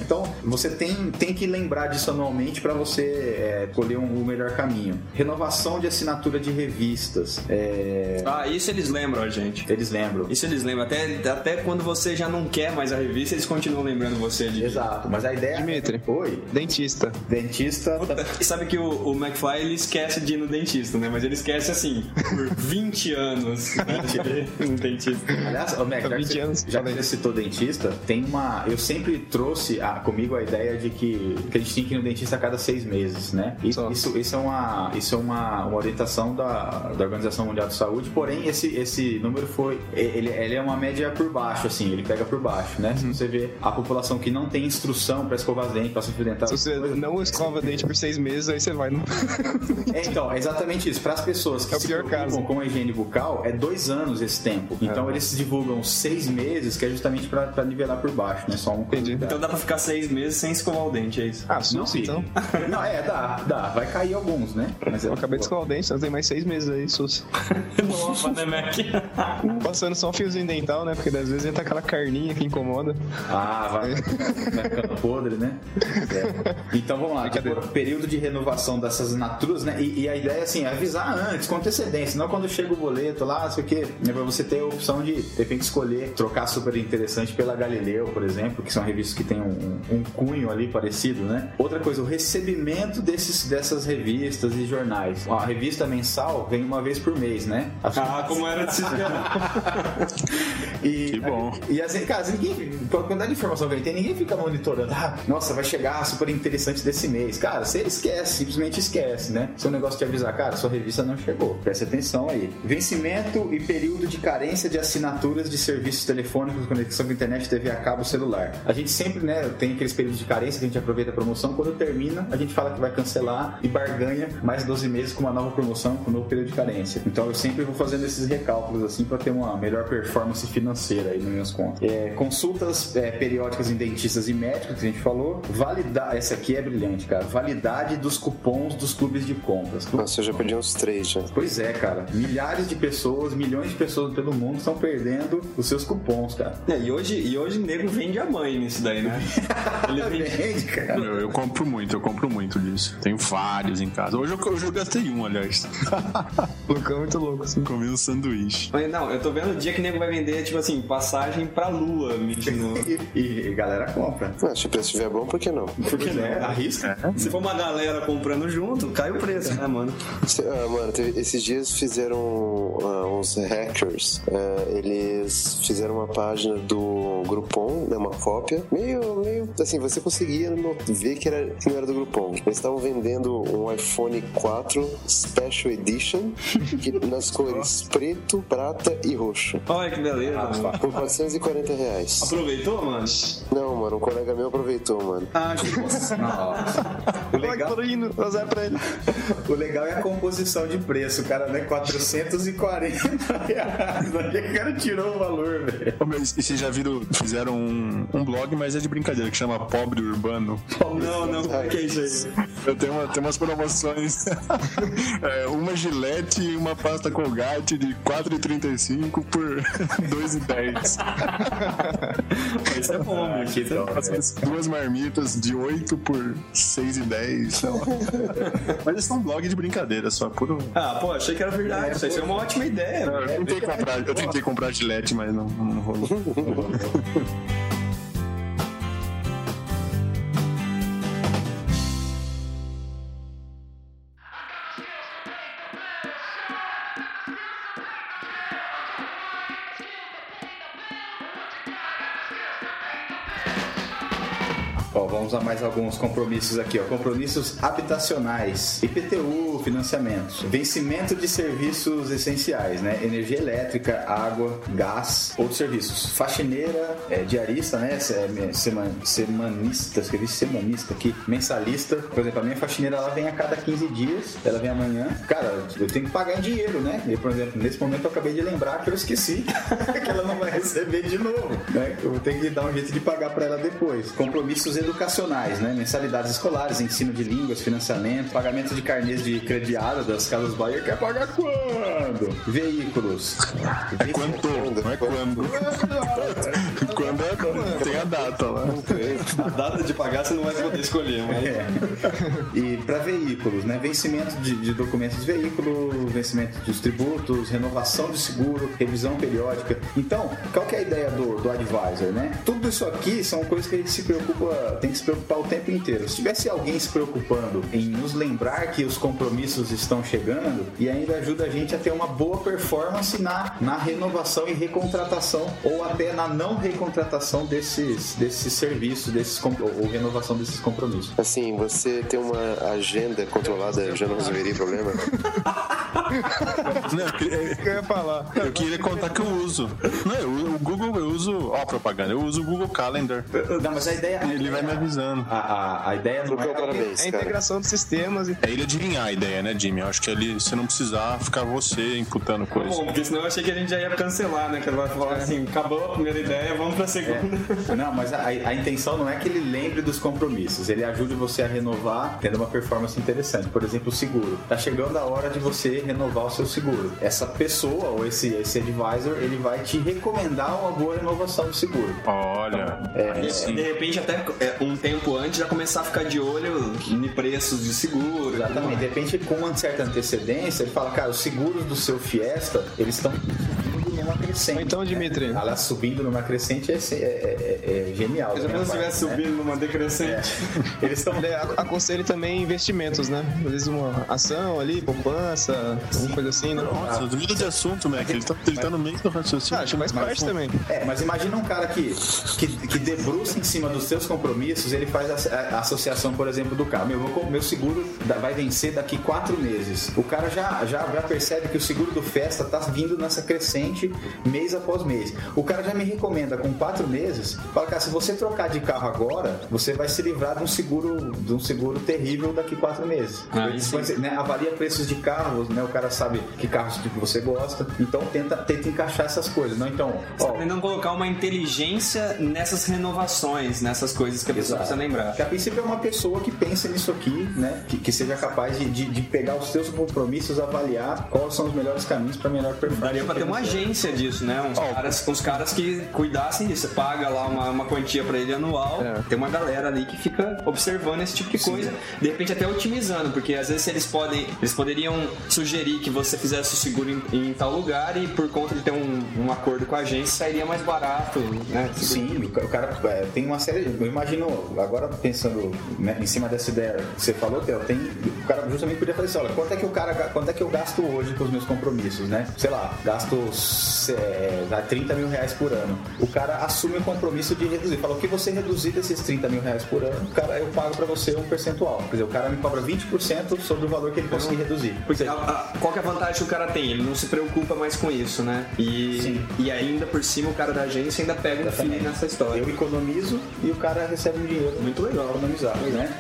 S4: Então, você tem, tem que lembrar disso anualmente para você é, escolher um- o melhor caminho. Renovação de assinatura de revistas. É,
S1: Ah, isso eles lembram a gente.
S4: eles lembram.
S1: Isso eles lembram. Até, até quando você já não quer mais a revista, eles continuam lembrando você de.
S4: Exato, mas a ideia.
S3: Dimitri.
S4: Oi.
S3: Dentista.
S4: Dentista.
S1: E sabe que o, o McFly ele esquece de ir no dentista, né? Mas ele esquece assim, por 20 anos
S4: [LAUGHS]
S1: né, [LAUGHS] de ir no dentista.
S4: Aliás, ô, Mac, já, que
S3: 20
S4: você-
S3: Tá anos,
S4: já que
S3: falei.
S4: você citou dentista, tem uma. Eu sempre trouxe a- comigo a ideia de que, que a gente tinha que ir no dentista a cada seis meses, né? Isso,
S3: Só.
S4: isso, isso é, uma, isso é uma, uma orientação da, da Organização Mundial de Saúde, porém esse, esse número foi. Ele, ele é uma média por baixo, assim, ele pega por baixo, né? Se
S3: Uhum.
S4: você vê a população que não tem instrução pra escovar os dentes, pra se fio dental.
S3: Se você não escova dente por seis meses, aí você vai no.
S4: É, então, é exatamente isso. Para as pessoas que
S3: É o
S4: se
S3: pior
S4: preocupam
S3: caso. É.
S4: com a higiene bucal, é dois anos esse tempo. Então eles divulgam seis meses, que é justamente para nivelar por baixo, né? Só um
S3: Entendi.
S1: Então dá pra ficar seis meses sem escovar o dente, é isso.
S3: [LAUGHS] Ah,
S4: Não,
S3: susto,
S4: filho.
S3: então.
S4: Não, é, dá, dá. Vai cair alguns, né? Mas é
S3: Eu acabei de escovar o dente, então tem mais seis meses aí, sus.
S1: Nova, né, Mac?
S3: Passando só um fiozinho dental, né? Porque às vezes entra aquela carninha que incomoda.
S4: Ah, vai, vai ficando podre, né? É. Então vamos lá,
S3: Brincadeira.
S4: tipo, período de renovação dessas assinaturas, né? E, e a ideia é assim, avisar antes, com antecedência, não quando chega o boleto lá, não sei o quê, né? Pra você ter a opção de, de repente, escolher, trocar super interessante pela Galileu, por exemplo, que são revistas que tem um, um cunho ali parecido, né? Outra coisa, o recebimento desses, dessas revistas e jornais. Ó, A revista mensal vem uma vez por mês, né?
S1: Ah, como era de se esperar.
S4: E,
S2: Que bom.
S4: E assim, cara, assim, ninguém, pela quantidade de informação que ele tem, ninguém fica monitorando. Ah, nossa, vai chegar super interessante desse mês. Cara, você esquece, simplesmente esquece, né? Seu negócio te avisar, cara, sua revista não chegou. Presta atenção aí. Vencimento e período de carência de assinaturas de serviços telefônicos, conexão com internet, TV a cabo, celular. A gente sempre, né, tem aqueles períodos de carência que a gente aproveita a promoção. Quando termina, a gente fala que vai cancelar e barganha mais 12 meses com uma nova promoção, com um novo período de carência. Então eu sempre vou fazendo esses recálculos assim pra ter uma melhor performance financeira aí nas minhas contas. É, consultas é, periódicas em dentistas e médicos que a gente falou. Validar, essa aqui é brilhante, cara. Validade dos cupons dos clubes de compras.
S5: Nossa, eu já perdi uns três já.
S4: Pois é, cara. Milhares de pessoas, milhões de pessoas pelo mundo estão perdendo os seus cupons, cara.
S1: É, E hoje, e hoje o nego vende a mãe nisso daí, né? Ele vende.
S4: Entende, cara?
S2: Eu, eu compro muito, eu compro muito disso. Tenho vários em casa. Hoje eu, hoje eu gastei um, aliás. [LAUGHS]
S3: Lucão é muito louco, assim.
S2: Comi um sanduíche.
S1: Mas Não, eu tô vendo o dia que o nego vai vender, tipo assim, passagem pra lua, menino.
S4: [LAUGHS]
S1: [LAUGHS]
S4: E, e galera compra.
S5: Ah, se o preço estiver bom, por que não?
S4: Porque né, arrisca.
S1: É, Se for uma galera comprando junto, cai o preço, né, mano?
S5: Cê- Ah, mano, teve- esses dias fizeram ah, uns hackers. ah, eles fizeram uma página do Groupon, né, uma cópia. Meio, meio assim, você conseguia no- ver que, era, que não era do Groupon. Eles estavam vendendo um iPhone 4 Special Edition que- nas cores preto, prata e roxo.
S1: Olha que beleza, mano.
S5: Por 440 reais.
S1: Aproveitou, mano?
S5: Não, mano, um colega meu aproveitou, mano.
S4: Ah, Nossa. O
S3: Olha que
S4: legal,
S3: barulhinho, vou usar pra ele.
S4: o legal é a composição de preço, cara, né? 440 reais. Onde é que o cara tirou o valor, velho?
S2: Ô, meu, E vocês já viram, fizeram um, um blog, mas é de brincadeira, que chama Pobre Urbano.
S1: Não, não, como é que é isso aí?
S2: Eu tenho, uma- tenho umas promoções. [LAUGHS] É, uma gilete e uma pasta colgate de 4,35 por [LAUGHS] 2,10.
S1: Isso é bom, mano.
S4: Que dó, velho.
S2: Essas Duas marmitas de 8 por 6,10. sei lá. Mas esse é um blog de brincadeira, só puro.
S1: Ah, pô, achei que era verdade. Isso aí é uma ótima ideia, [LAUGHS] mano.
S2: Eu tentei comprar, eu tentei comprar gilete, mas não, não rolou.
S4: Ó, vamos a mais alguns compromissos aqui, ó. Compromissos habitacionais, IPTU, financiamentos, vencimento de serviços essenciais, né? Energia elétrica, água, gás, outros serviços. Faxineira, é, diarista, né? Se- é, seman- semanista, escrevi semanista aqui, mensalista. Por exemplo, a minha faxineira ela vem a cada 15 dias, ela vem amanhã. Cara, eu tenho que pagar em dinheiro, né? E, por exemplo, nesse momento eu acabei de lembrar que eu esqueci [LAUGHS] que ela não vai receber de novo, né? Eu vou ter que dar um jeito de pagar pra ela depois. Compromissos educacionais, né? Mensalidades escolares, ensino de línguas, financiamento, pagamento de carnês de crediário das casas Bahia. Quer pagar quando? Veículos.
S2: É quanto, não é quando. [LAUGHS] quando é quando. Tem a data lá.
S1: A data de pagar você não vai poder escolher, mas.
S4: É. E para veículos, né? Vencimento de, de documentos de veículo, vencimento dos tributos, renovação de seguro, revisão periódica. Então, qual que é a ideia do, do advisor, né? Tudo isso aqui são coisas que a gente se preocupa, tem que se preocupar o tempo inteiro. Se tivesse alguém se preocupando em nos lembrar que os compromissos estão chegando e ainda ajuda a gente a ter uma boa performance na, na renovação e recontratação ou até na não recontratação desses, desses serviços, desses com- ou renovação desses compromissos.
S5: Assim, você ter uma agenda controlada já não resolveria o problema?
S2: Não, eu queria-
S3: que eu ia [LAUGHS] falar.
S2: eu queria contar que eu uso. Não, eu, o Google, eu uso. Ó, a propaganda, eu uso o Google Calendar.
S4: Não, mas a ideia.
S2: Ele vai me avisando.
S4: A, a, a ideia não
S5: Lucão,
S4: é.
S5: parabéns,
S3: É a
S5: cara.
S3: integração dos sistemas e
S2: É ele adivinhar a ideia, né, Jimmy? Eu acho que ali você não precisar ficar você imputando coisa.
S1: Bom, porque senão eu achei que a gente já ia cancelar, né? Que ela vai falar assim, acabou a primeira ideia, vamos pra segunda.
S4: Não, mas a, a intenção não é que ele lembre dos compromissos, ele ajude você a renovar tendo uma performance interessante. Por exemplo, o seguro. Tá chegando a hora de você renovar o seu seguro. Essa pessoa ou esse, esse advisor, ele vai te recomendar uma boa renovação do seguro.
S2: Olha, aí É. sim.
S1: De repente, até é, um tempo antes, já começar a ficar de olho em preços de seguro.
S4: Exatamente. De repente, com uma certa antecedência, ele fala, cara, os seguros do seu Fiesta, eles estão subindo numa crescente.
S3: Ou então, Dimitri.
S4: Ela subindo numa crescente é, é- é- é genial.
S1: Pelo menos se tivesse
S4: Né?
S1: subindo numa decrescente.
S4: Eles estão
S3: Olha, a- aconselho também investimentos, né? Às vezes uma ação ali, poupança, alguma coisa assim, né?
S2: Nossa, muda de assunto, Mac. Ele tá, ele tá no meio do raciocínio.
S3: Ah, acho que faz parte também.
S4: É, mas imagina um cara que, que, que debruça em cima dos seus compromissos, ele faz a, a- a associação, por exemplo, do carro. Meu, vou com- meu seguro da- vai vencer daqui quatro meses. O cara já, já, já percebe que o seguro do Festa tá vindo nessa crescente mês após mês. O cara já me recomenda com quatro meses, fala, cara, se você trocar de carro agora, você vai se livrar de um seguro, de um seguro terrível daqui quatro meses.
S1: Aí sim.
S4: Mas, né, avalia preços de carros, né? O cara sabe que carros que você gosta, então tenta, tenta encaixar essas coisas. Não, então, ó,
S1: Tentando colocar uma inteligência nessas renovações, nessas coisas que a pessoa precisa lembrar.
S4: Que a princípio é uma pessoa que pensa nisso aqui, né? Que, que seja capaz de, de, de pegar os seus compromissos, avaliar quais são os melhores caminhos para melhor performance.
S1: Daria pra ter uma agência disso, né? Uns, caras, uns caras que cuidassem disso. Você paga lá uma, uma quantia pra ele anual. Tem uma galera ali que fica observando esse tipo de coisa. De repente até otimizando, porque às vezes eles podem. Eles poderiam sugerir que você fizesse o seguro em, em tal lugar e por conta de ter um, um acordo com a agência, sairia mais barato, né?
S4: Sim, o ca- o cara é, tem uma série. de- Eu imagino, agora pensando né, em cima dessa ideia que você falou, Theo, tem. O cara justamente podia fazer isso, olha, quanto é que o cara ga- quanto é que eu gasto hoje com os meus compromissos, né? Sei lá, gasto é, dá 30 mil reais por ano. O cara assume o compromisso de reduzir. Fala, o que você reduzir desses 30 mil reais por ano, o cara, eu pago pra você um percentual. Quer dizer, o cara me cobra 20% sobre o valor que ele conseguir reduzir.
S1: Porque a- a- qual que é a vantagem que o cara tem? Ele não se preocupa mais com isso, né? E,
S4: Sim.
S1: e ainda por cima o cara da agência ainda pega um fim
S4: Exatamente.
S1: nessa história.
S4: Eu economizo e o cara recebe um dinheiro muito legal economizado, né?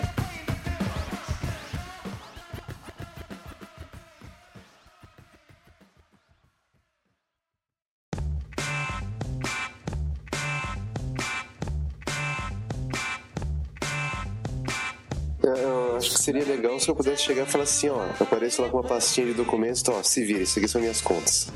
S5: É, Eu acho que seria legal se eu pudesse chegar e falar assim, ó, eu apareço lá com uma pastinha de documentos, então, ó, se vira, isso aqui são minhas contas.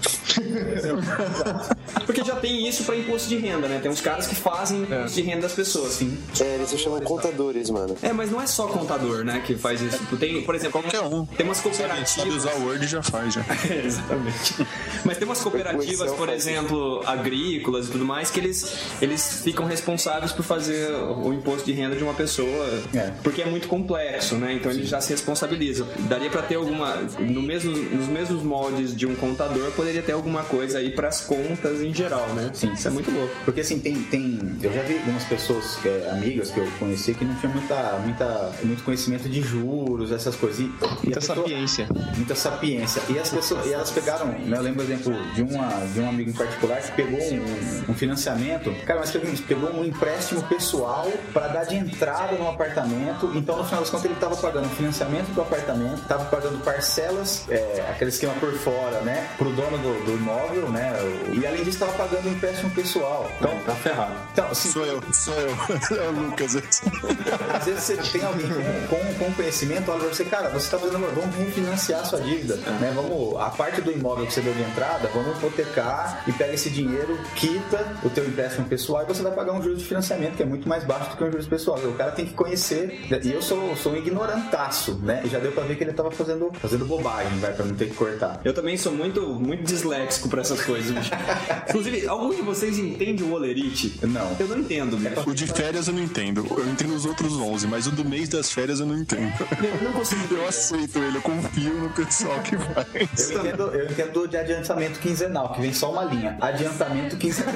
S1: Porque já tem isso pra imposto de renda, né? Tem uns caras que fazem
S2: É.
S1: imposto de renda das pessoas. Sim.
S5: É, eles se chamam contadores, mano.
S1: É, mas não é só contador, né, que faz isso. Tipo, Tem, por exemplo,
S2: É. Qualquer um.
S1: tem umas
S2: Sabe, sabe
S1: cooperativas.
S2: usar o Word já faz, já.
S1: Exatamente. Mas tem umas cooperativas, por exemplo, agrícolas e tudo mais, que eles, eles ficam responsáveis por fazer o imposto de renda de uma pessoa,
S4: É.
S1: porque é muito complexo, né? Então eles já se responsabilizam. Daria pra ter alguma, no mesmo, nos mesmos moldes de um contador, poderia ter alguma coisa aí pras contas em geral, né? Sim, isso é muito louco.
S4: Porque assim, tem. tem eu já vi algumas pessoas, é, amigas que eu conheci, que não tinham muita, muita, muito conhecimento de juros, essas coisas. E, e a
S3: Muita
S4: pessoa-
S3: sapiência.
S4: Muita sapiência. E as pessoas, e elas pegaram, né, eu lembro, por exemplo, de, uma, de um amigo em particular que pegou um, um financiamento, cara, mas pegou, pegou um empréstimo pessoal pra dar de entrada num apartamento. Então, no final das contas, ele tava pagando o financiamento do apartamento, tava pagando parcelas, é, aquele esquema por fora, né, pro dono do, do imóvel, né, e além disso, eles estavam pagando empréstimo pessoal. Então,
S8: Então, tá ferrado.
S4: então
S2: [LAUGHS]
S4: assim,
S2: Sou eu, sou eu. [LAUGHS] É o Lucas.
S4: às vezes você tem alguém com, com, com conhecimento, olha pra você, cara, você tá fazendo, vamos refinanciar a sua dívida, né? Vamos, a parte do imóvel que você deu de entrada, vamos hipotecar e pega esse dinheiro, quita o teu empréstimo pessoal e você vai pagar um juros de financiamento que é muito mais baixo do que um juros pessoal. O cara tem que conhecer, e eu sou, sou um ignorantaço, né? E já deu pra ver que ele tava fazendo, fazendo bobagem, vai, pra não ter que cortar.
S1: Eu também sou muito, muito disléxico pra essas coisas, bicho. Inclusive, algum de vocês entende o olerite?
S4: Não.
S1: Eu não entendo, bicho.
S2: O de férias eu não entendo. Eu entendo os outros 11, mas o do mês das férias eu não entendo.
S1: Eu não consigo
S2: Eu
S1: entender.
S2: aceito ele, eu confio no pessoal que faz.
S4: Eu entendo, eu entendo de adiantamento quinzenal, que vem só uma linha. Adiantamento quinzenal.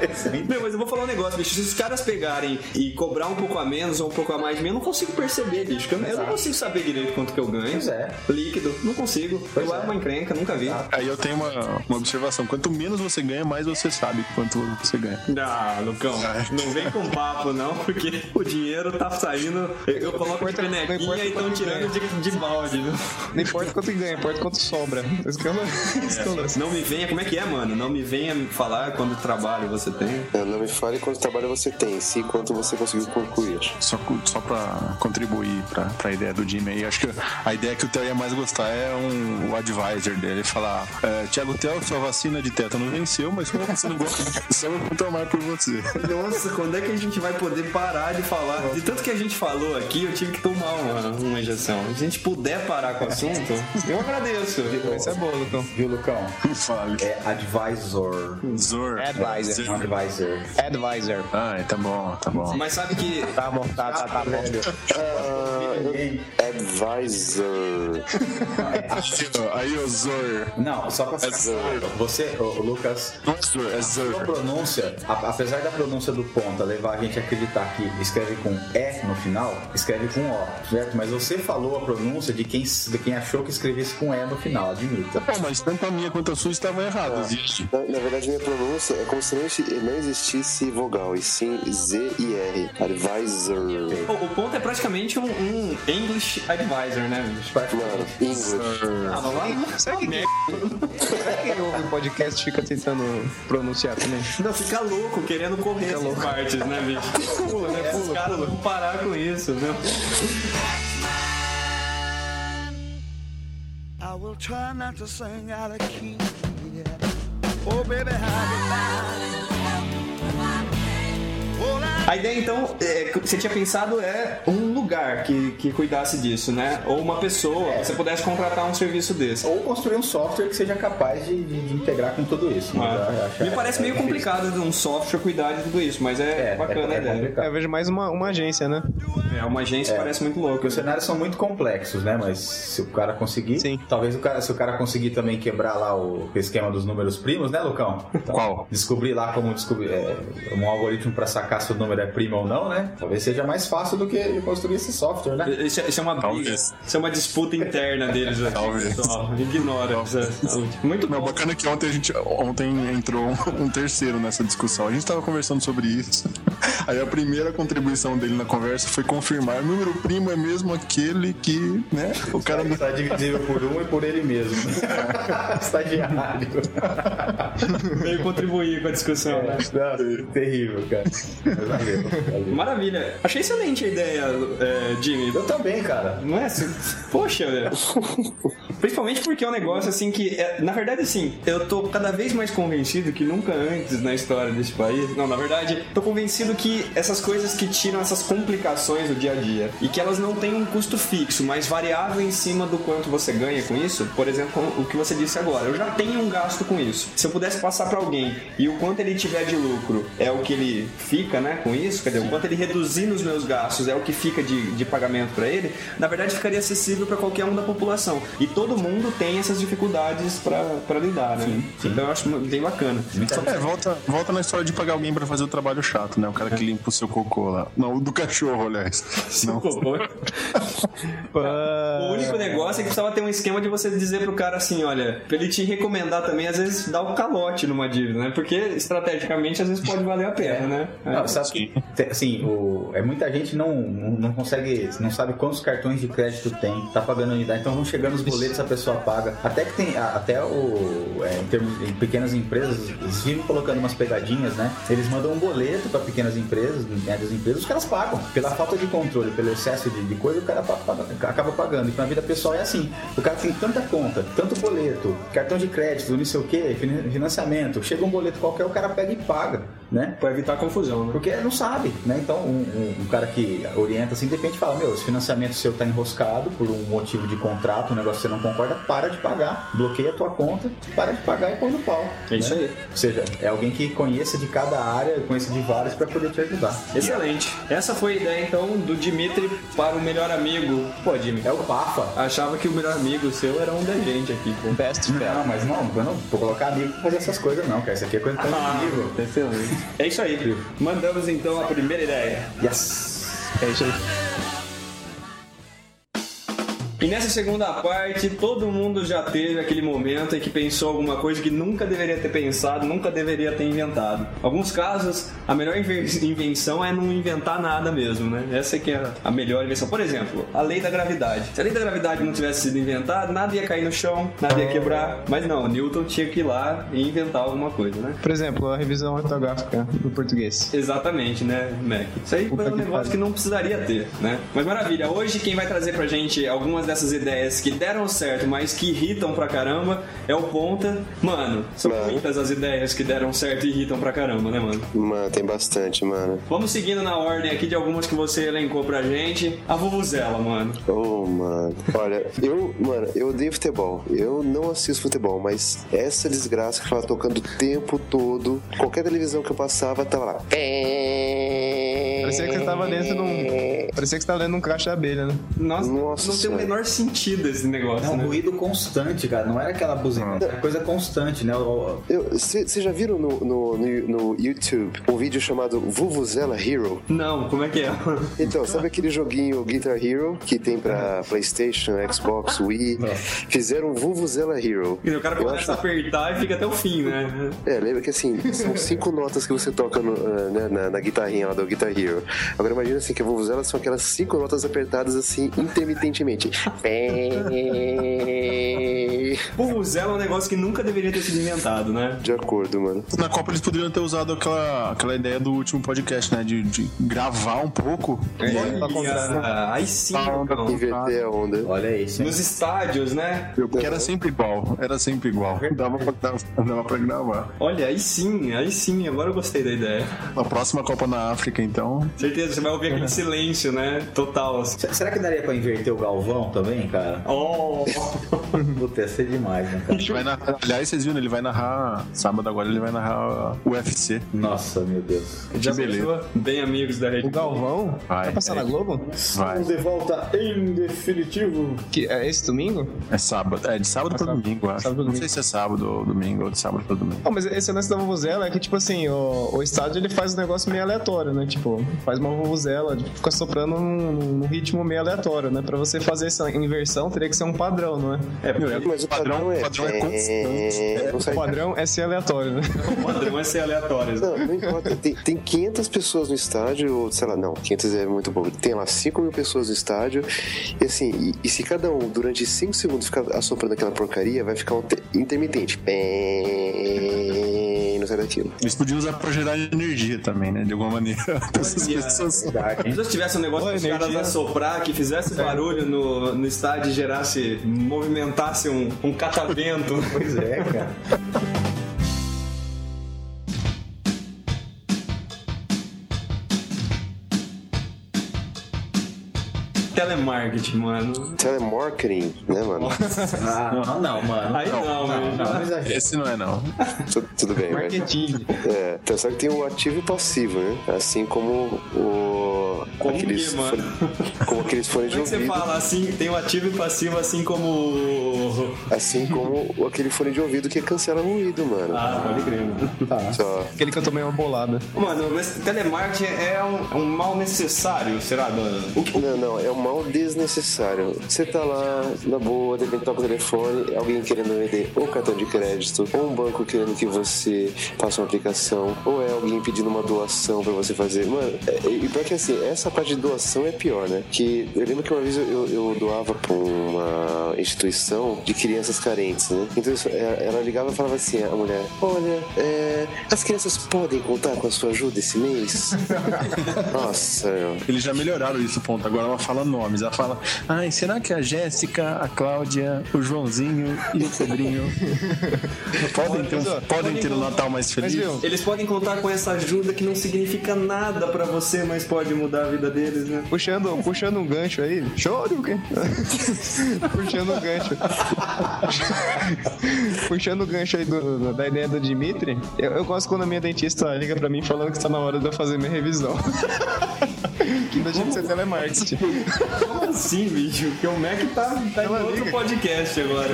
S4: Esse é aí
S1: Meu, mas eu vou falar um negócio, bicho. Se os caras pegarem e cobrar um pouco a menos ou um pouco a mais de mim, eu não consigo perceber, bicho. Eu, eu não
S4: Exato.
S1: consigo saber direito quanto que eu ganho.
S4: Pois é.
S1: Líquido, não consigo.
S4: Pois
S1: eu é.
S4: é.
S1: uma encrenca, nunca vi.
S4: Exato.
S2: Aí eu tenho uma, uma observação. Quanto menos você ganha, mais você sabe quanto você ganha.
S1: Ah, Lucão, não vem com papo não, porque o dinheiro tá saindo. Eu coloco de
S3: Não importa- não
S1: penequinha
S3: importa
S1: e tão
S3: quanto
S1: tirando de, de balde. viu?
S3: Não importa quanto ganha, importa quanto sobra. Esse que é o [LAUGHS] esse que é o lance.
S1: Não me venha, como é que é, mano? Não me venha me falar quanto trabalho você tem.
S5: É, Não me fale quanto trabalho você tem, sim quanto você conseguiu concluir.
S2: Só, cu- só pra contribuir pra, pra ideia do Jimmy aí, acho que a ideia que o Theo ia mais gostar é um, o advisor dele falar: é, Tiago Theo, sua vacina de tétano venceu, mas como você não gosta [LAUGHS] de vacina, eu vou tomar por você. [LAUGHS]
S1: Nossa, quando é que a gente vai poder parar de falar? De tanto que a gente falou aqui, eu tive que tomar uma, uma injeção. Se a gente puder parar com o assunto, eu agradeço.
S3: Isso é bom, Lucão.
S4: Viu, Lucão?
S2: Fale.
S4: É advisor. né?
S2: Zor.
S3: Advisor.
S2: Zor.
S4: Advisor.
S3: Advisor.
S2: Ai, tá bom, tá bom.
S1: Mas sabe que
S3: Tá bom, tá, tá, tá bom.
S5: É, Advisor.
S2: Assim, Aí, ô Zor.
S4: Não, só pra ficar
S5: Advisor.
S4: claro, você, ô, Lucas,
S2: Não é Zor, é
S4: sua
S2: Zor.
S4: pronúncia, a- apesar da pronúncia do ponta levar a gente a acreditar que escreve com E no final, escreve com O, certo? Mas você falou a pronúncia de quem, de quem achou que escrevesse com E no final, admita.
S2: Bom, mas tanto a minha quanto a sua estavam erradas. Existe.
S5: Na, na verdade, minha pronúncia é como se não, exi- não existisse vogal, e sim Z e R. Advisor.
S1: o, o ponto é praticamente um, um English advisor, né, bicho?
S5: Mano, English.
S1: Ah, mas lá-
S3: Será que quem, será que quem ouve o podcast fica tentando pronunciar também?
S1: Não, fica louco querendo correr essas partes, né, bicho? Pula, né? Os caras vão parar com isso, viu?
S6: I will try not to sing out of key. Oh, baby, how
S1: A ideia, então, é, que você tinha pensado é um lugar que, que cuidasse disso, né? Ou uma pessoa, que você pudesse contratar um serviço desse.
S4: Ou construir um software que seja capaz de, de- de integrar com tudo isso. né? Eu
S1: Ah,
S4: acho-
S1: Me parece
S4: é
S1: meio
S4: difícil.
S1: complicado de um software cuidar de tudo isso, mas é,
S4: É,
S1: bacana
S4: é,
S1: a
S4: é
S1: ideia.
S4: complicado.
S3: Eu vejo mais uma, uma agência, né?
S1: É, uma agência parece muito
S4: Porque
S1: louca.
S4: os cenários são muito complexos, né? Mas se o cara conseguir,
S3: Sim.
S4: talvez o cara, se o cara conseguir também quebrar lá o esquema dos números primos, né, Lucão? Então,
S2: Qual?
S4: Descobrir lá como descobrir é, um algoritmo pra sacar se o número é primo ou não, né? Talvez seja mais fácil do que construir esse software, né?
S1: Isso, é- isso é uma briga,
S2: Talvez.
S1: isso é uma disputa interna deles aqui.
S2: Talvez.
S1: Só, ignora. essa- Muito
S2: Não,
S1: bom.
S2: bacana que ontem a gente ontem entrou um, [LAUGHS] um terceiro nessa discussão. A gente tava conversando sobre isso. [LAUGHS] Aí a primeira contribuição dele na conversa foi confirmar o número primo é mesmo aquele que, né, o cara não
S4: Está divisível por um e por ele mesmo. [LAUGHS] Estagiário.
S1: Veio contribuir com a discussão, né?
S4: Nossa, terrível, cara. Mas valeu, valeu.
S1: Maravilha. Achei excelente a ideia, é, Jimmy.
S4: Eu também, cara.
S1: Não é assim? Poxa, velho. Principalmente porque é um negócio assim que. é- na verdade, assim, eu tô cada vez mais convencido que nunca antes na história desse país. Não, na verdade, tô convencido que essas coisas que tiram essas complicações do dia a dia e que elas não têm um custo fixo, mas variável em cima do quanto você ganha com isso. Por exemplo, o que você disse agora. Eu já tenho um gasto com isso. Se eu pudesse passar pra alguém e o quanto ele tiver de lucro é o que ele fica, né, com isso, quer dizer, o quanto ele reduzir nos meus gastos é o que fica de, de pagamento pra ele, na verdade ficaria acessível pra qualquer um da população. E todo mundo tem essas dificuldades pra pra lidar, né? Então eu acho bem bacana.
S2: É, volta, volta na história de pagar alguém pra fazer o trabalho chato, né? O cara que limpa o seu cocô lá. Não, o do
S1: [LAUGHS]
S2: cachorro, aliás. Não.
S1: O único negócio é que precisava ter um esquema de você dizer pro cara assim, olha, pra ele te recomendar também, às vezes, dar um calote numa dívida, né? Porque estrategicamente às vezes pode valer a pena, né?
S4: Não, sabe que, te- assim, o, é muita gente não, não não consegue, não sabe quantos cartões de crédito tem, tá pagando unidade, então vão chegando os boletos essa pessoa paga. Até que tem, a- até o, é, em, termos, em pequenas empresas, eles vivem colocando umas pegadinhas, né? Eles mandam um boleto para pequenas empresas, médias empresas, os caras pagam. Pela falta de controle, pelo excesso de, de coisa, o cara pa- paga- acaba pagando. E na vida pessoal é assim. O cara tem tanta conta, tanto boleto, cartão de crédito, não sei o que, financiamento. Chega um boleto qualquer, o cara pega e paga, né?
S1: Pra evitar confusão, né?
S4: Porque não sabe, né? Então, um, um- um cara que orienta assim, de repente fala: Meu, esse financiamento seu tá enroscado por um motivo de contrato, um negócio que você não concorda, para de pagar. Bloqueia a tua conta, para de pagar e põe no pau.
S1: É isso
S4: né?
S1: aí.
S4: Ou seja, é alguém que conheça de cada área, conheça de várias para poder te ajudar.
S1: Excelente. Essa foi a ideia então do Dimitri para o melhor amigo. Pô, Jimmy,
S4: É o Papa.
S1: achava que o melhor amigo seu era um da gente aqui, pô.
S3: Best
S4: Não, mas não, eu não vou colocar amigo pra fazer essas coisas, não, cara. Isso aqui é coisa tão
S1: Ah.
S4: incrível.
S1: Excelente. É isso aí, Pri. Mandamos então a primeira ideia.
S4: Yes!
S3: É isso aí.
S1: E nessa segunda parte, todo mundo já teve aquele momento em que pensou alguma coisa que nunca deveria ter pensado, nunca deveria ter inventado. Alguns casos, a melhor inven- invenção é não inventar nada mesmo, né? Essa que é a melhor invenção. Por exemplo, a lei da gravidade. Se a lei da gravidade não tivesse sido inventada, nada ia cair no chão, nada ia quebrar. Mas não, Newton tinha que ir lá e inventar alguma coisa, né?
S3: Por exemplo, a revisão ortográfica do português.
S1: Exatamente, né, Mac? Isso aí
S3: Puta
S1: foi um
S3: que
S1: negócio
S3: pariu.
S1: que não precisaria ter, né? Mas maravilha, hoje quem vai trazer pra gente algumas dessas ideias que deram certo, mas que irritam pra caramba, é o Ponta. Mano, são
S5: Mano.
S1: muitas as ideias que deram certo e irritam pra caramba, né, mano?
S5: Mano, tem bastante, mano.
S1: Vamos seguindo na ordem aqui de algumas que você elencou pra gente. A Vuvuzela, mano.
S5: Oh, mano. Olha, eu, mano, eu odeio futebol. Eu não assisto futebol, mas essa desgraça que tava tocando o tempo todo, qualquer televisão que eu passava, tava lá.
S3: Parecia que você tava dentro de um. Parecia que você tava dentro de um caixa de abelha, né?
S1: Nossa,
S5: Nossa
S1: não tem o
S5: Senhora.
S1: menor sentido esse negócio,
S4: É um
S1: né?
S4: ruído constante, cara. Não era aquela buzina,
S1: Ah.
S4: era coisa constante, né? O-
S5: Vocês já viram no, no, no- no YouTube um vídeo chamado Vuvuzela Hero?
S1: Não, como é que é? [LAUGHS]
S5: Então, sabe aquele joguinho Guitar Hero que tem pra PlayStation, Xbox, Wii? Fizeram um Vuvuzela Hero.
S1: O cara
S5: Eu
S1: começa a
S5: acho-
S1: apertar e fica até o fim,
S3: Uhum.
S1: né?
S5: É, lembra que assim, são cinco notas que você toca no, eh, né, na, na guitarrinha lá do Guitar Hero. Agora imagina assim que a vuvuzela são aquelas cinco notas apertadas assim intermitentemente.
S1: Vuvuzela é um negócio que nunca deveria ter sido inventado, né?
S5: De acordo, mano.
S2: Na Copa eles poderiam ter usado aquela, aquela ideia do último podcast, né? De, de gravar um pouco.
S1: Olha,
S3: Tá
S2: né?
S3: acontecendo.
S1: aí sim,
S2: Tá.
S1: meu.
S5: Inverter a onda.
S4: Olha isso, hein?
S1: nos estádios, né?
S2: Porque era sempre igual, era sempre igual. Dava pra, dava, dava pra gravar.
S1: Olha, aí sim, aí sim, agora eu gostei da ideia.
S2: Na próxima Copa na África, então.
S1: Certeza, você vai ouvir aquele silêncio, né? Total, assim.
S4: Se- Será que daria pra inverter o Galvão também, [LAUGHS] cara?
S1: Oh,
S4: Puta, ia ser demais, né, cara?
S2: Ele vai narrar, aliás, vocês viram, ele vai narrar. Sábado agora ele vai narrar o UFC.
S4: Nossa, meu Deus.
S1: já
S2: beleza.
S1: pensou? Bem amigos da
S3: O
S1: rede.
S3: Galvão?
S2: Vai,
S3: tá passando
S2: é.
S3: na Globo?
S2: Vai.
S4: de volta em definitivo.
S3: Que, é esse domingo?
S2: É sábado. É de sábado pra
S3: sábado.
S2: domingo, eu acho.
S3: Sábado,
S2: Não
S3: domingo.
S2: sei se é sábado ou domingo, ou de sábado pra domingo.
S3: Ah, mas esse lance da vuvuzela é que, tipo assim, o, o estádio ele faz um negócio meio aleatório, né? Tipo, faz uma vuvuzela, tipo, fica soprando num, num ritmo meio aleatório, né? Pra você fazer essa inversão, teria que ser um padrão, não é?
S5: Mas o padrão,
S2: padrão-
S5: é.
S2: padrão é constante.
S5: é, não sai-
S3: O padrão é ser aleatório, né? [LAUGHS]
S1: O padrão é ser
S5: [LAUGHS]
S1: aleatório. né?
S5: Não, não importa. Tem, tem 500 pessoas no estádio, ou sei lá, não, 500 é muito pouco. Tem lá 5 mil pessoas no estádio. E assim, e, e se cada um durante 5 segundos ficar assoprando aquela porcaria, vai ficar um te- intermitente. Bem, não sai daquilo.
S2: Eles podiam usar pra gerar energia também, né? De alguma maneira. [LAUGHS] Essas
S1: Olha.
S2: pessoas.
S1: Se nós tivesse um negócio
S3: Oi,
S1: para os caras
S3: energia.
S1: assoprar, que fizesse barulho no, no estádio e gerasse, movimentasse um, um catavento. [LAUGHS]
S4: Pois é, cara.
S1: Telemarketing, mano.
S5: Telemarketing,
S1: [LAUGHS]
S5: né, mano?
S4: Ah, não, não, mano.
S1: Aí não,
S4: não,
S1: mano.
S4: não, não exagera.
S2: Esse não é, não.
S5: Tu- tudo bem, mas.
S3: Marketing.
S5: É, então, só que tem o ativo e o passivo, né? Assim como o.
S1: Como que, mano?
S5: fone- como aqueles fones de
S1: Como é que você
S5: ouvido.
S1: fala assim? Tem o ativo e passivo, assim como.
S5: Assim como o- aquele fone de ouvido que cancela ruído, mano.
S1: Ah, pode crer, mano.
S5: Só.
S3: Aquele que eu tomei uma bolada.
S1: Mano, mas telemarketing é um, um mal necessário, será, Dona? O que-
S5: Não, não, é um mal desnecessário. Você tá lá, na boa, de repente toca o telefone, alguém querendo vender ou cartão de crédito, ou um banco querendo que você faça uma aplicação, ou é alguém pedindo uma doação pra você fazer. Mano, é- e pior que assim, essa essa parte de doação é pior, né? Que eu lembro que uma vez eu, eu- eu doava pra uma instituição de crianças carentes, né? Então isso- ela ela ligava e falava assim, a mulher, olha, é, as crianças podem contar com a sua ajuda
S1: [LAUGHS]
S5: esse mês? Nossa, eu-
S2: Eles já melhoraram isso, ponto. Agora ela fala nomes. Ela fala, ai, será que a Jéssica, a Cláudia, o Joãozinho e o Pedrinho
S3: [LAUGHS]
S2: podem ter, um-
S3: Mas, ó,
S2: podem ter um Natal mais
S3: Mas,
S2: feliz?
S3: viu,
S1: Eles podem contar com essa ajuda que não significa nada pra você, mas pode mudar a vida deles, né?
S3: puxando, puxando um gancho aí. Choro, quem? [LAUGHS] puxando um gancho. [LAUGHS] puxando o gancho aí do- do- da ideia do Dimitri. Eu, eu gosto quando a minha dentista liga pra mim falando que está na hora de eu fazer minha revisão. [LAUGHS] que ainda tinha que ser telemarketing.
S1: Como assim, bicho? Porque o Mac tá, tá em
S3: Ela
S1: outro
S3: liga.
S1: podcast
S3: [LAUGHS]
S1: agora.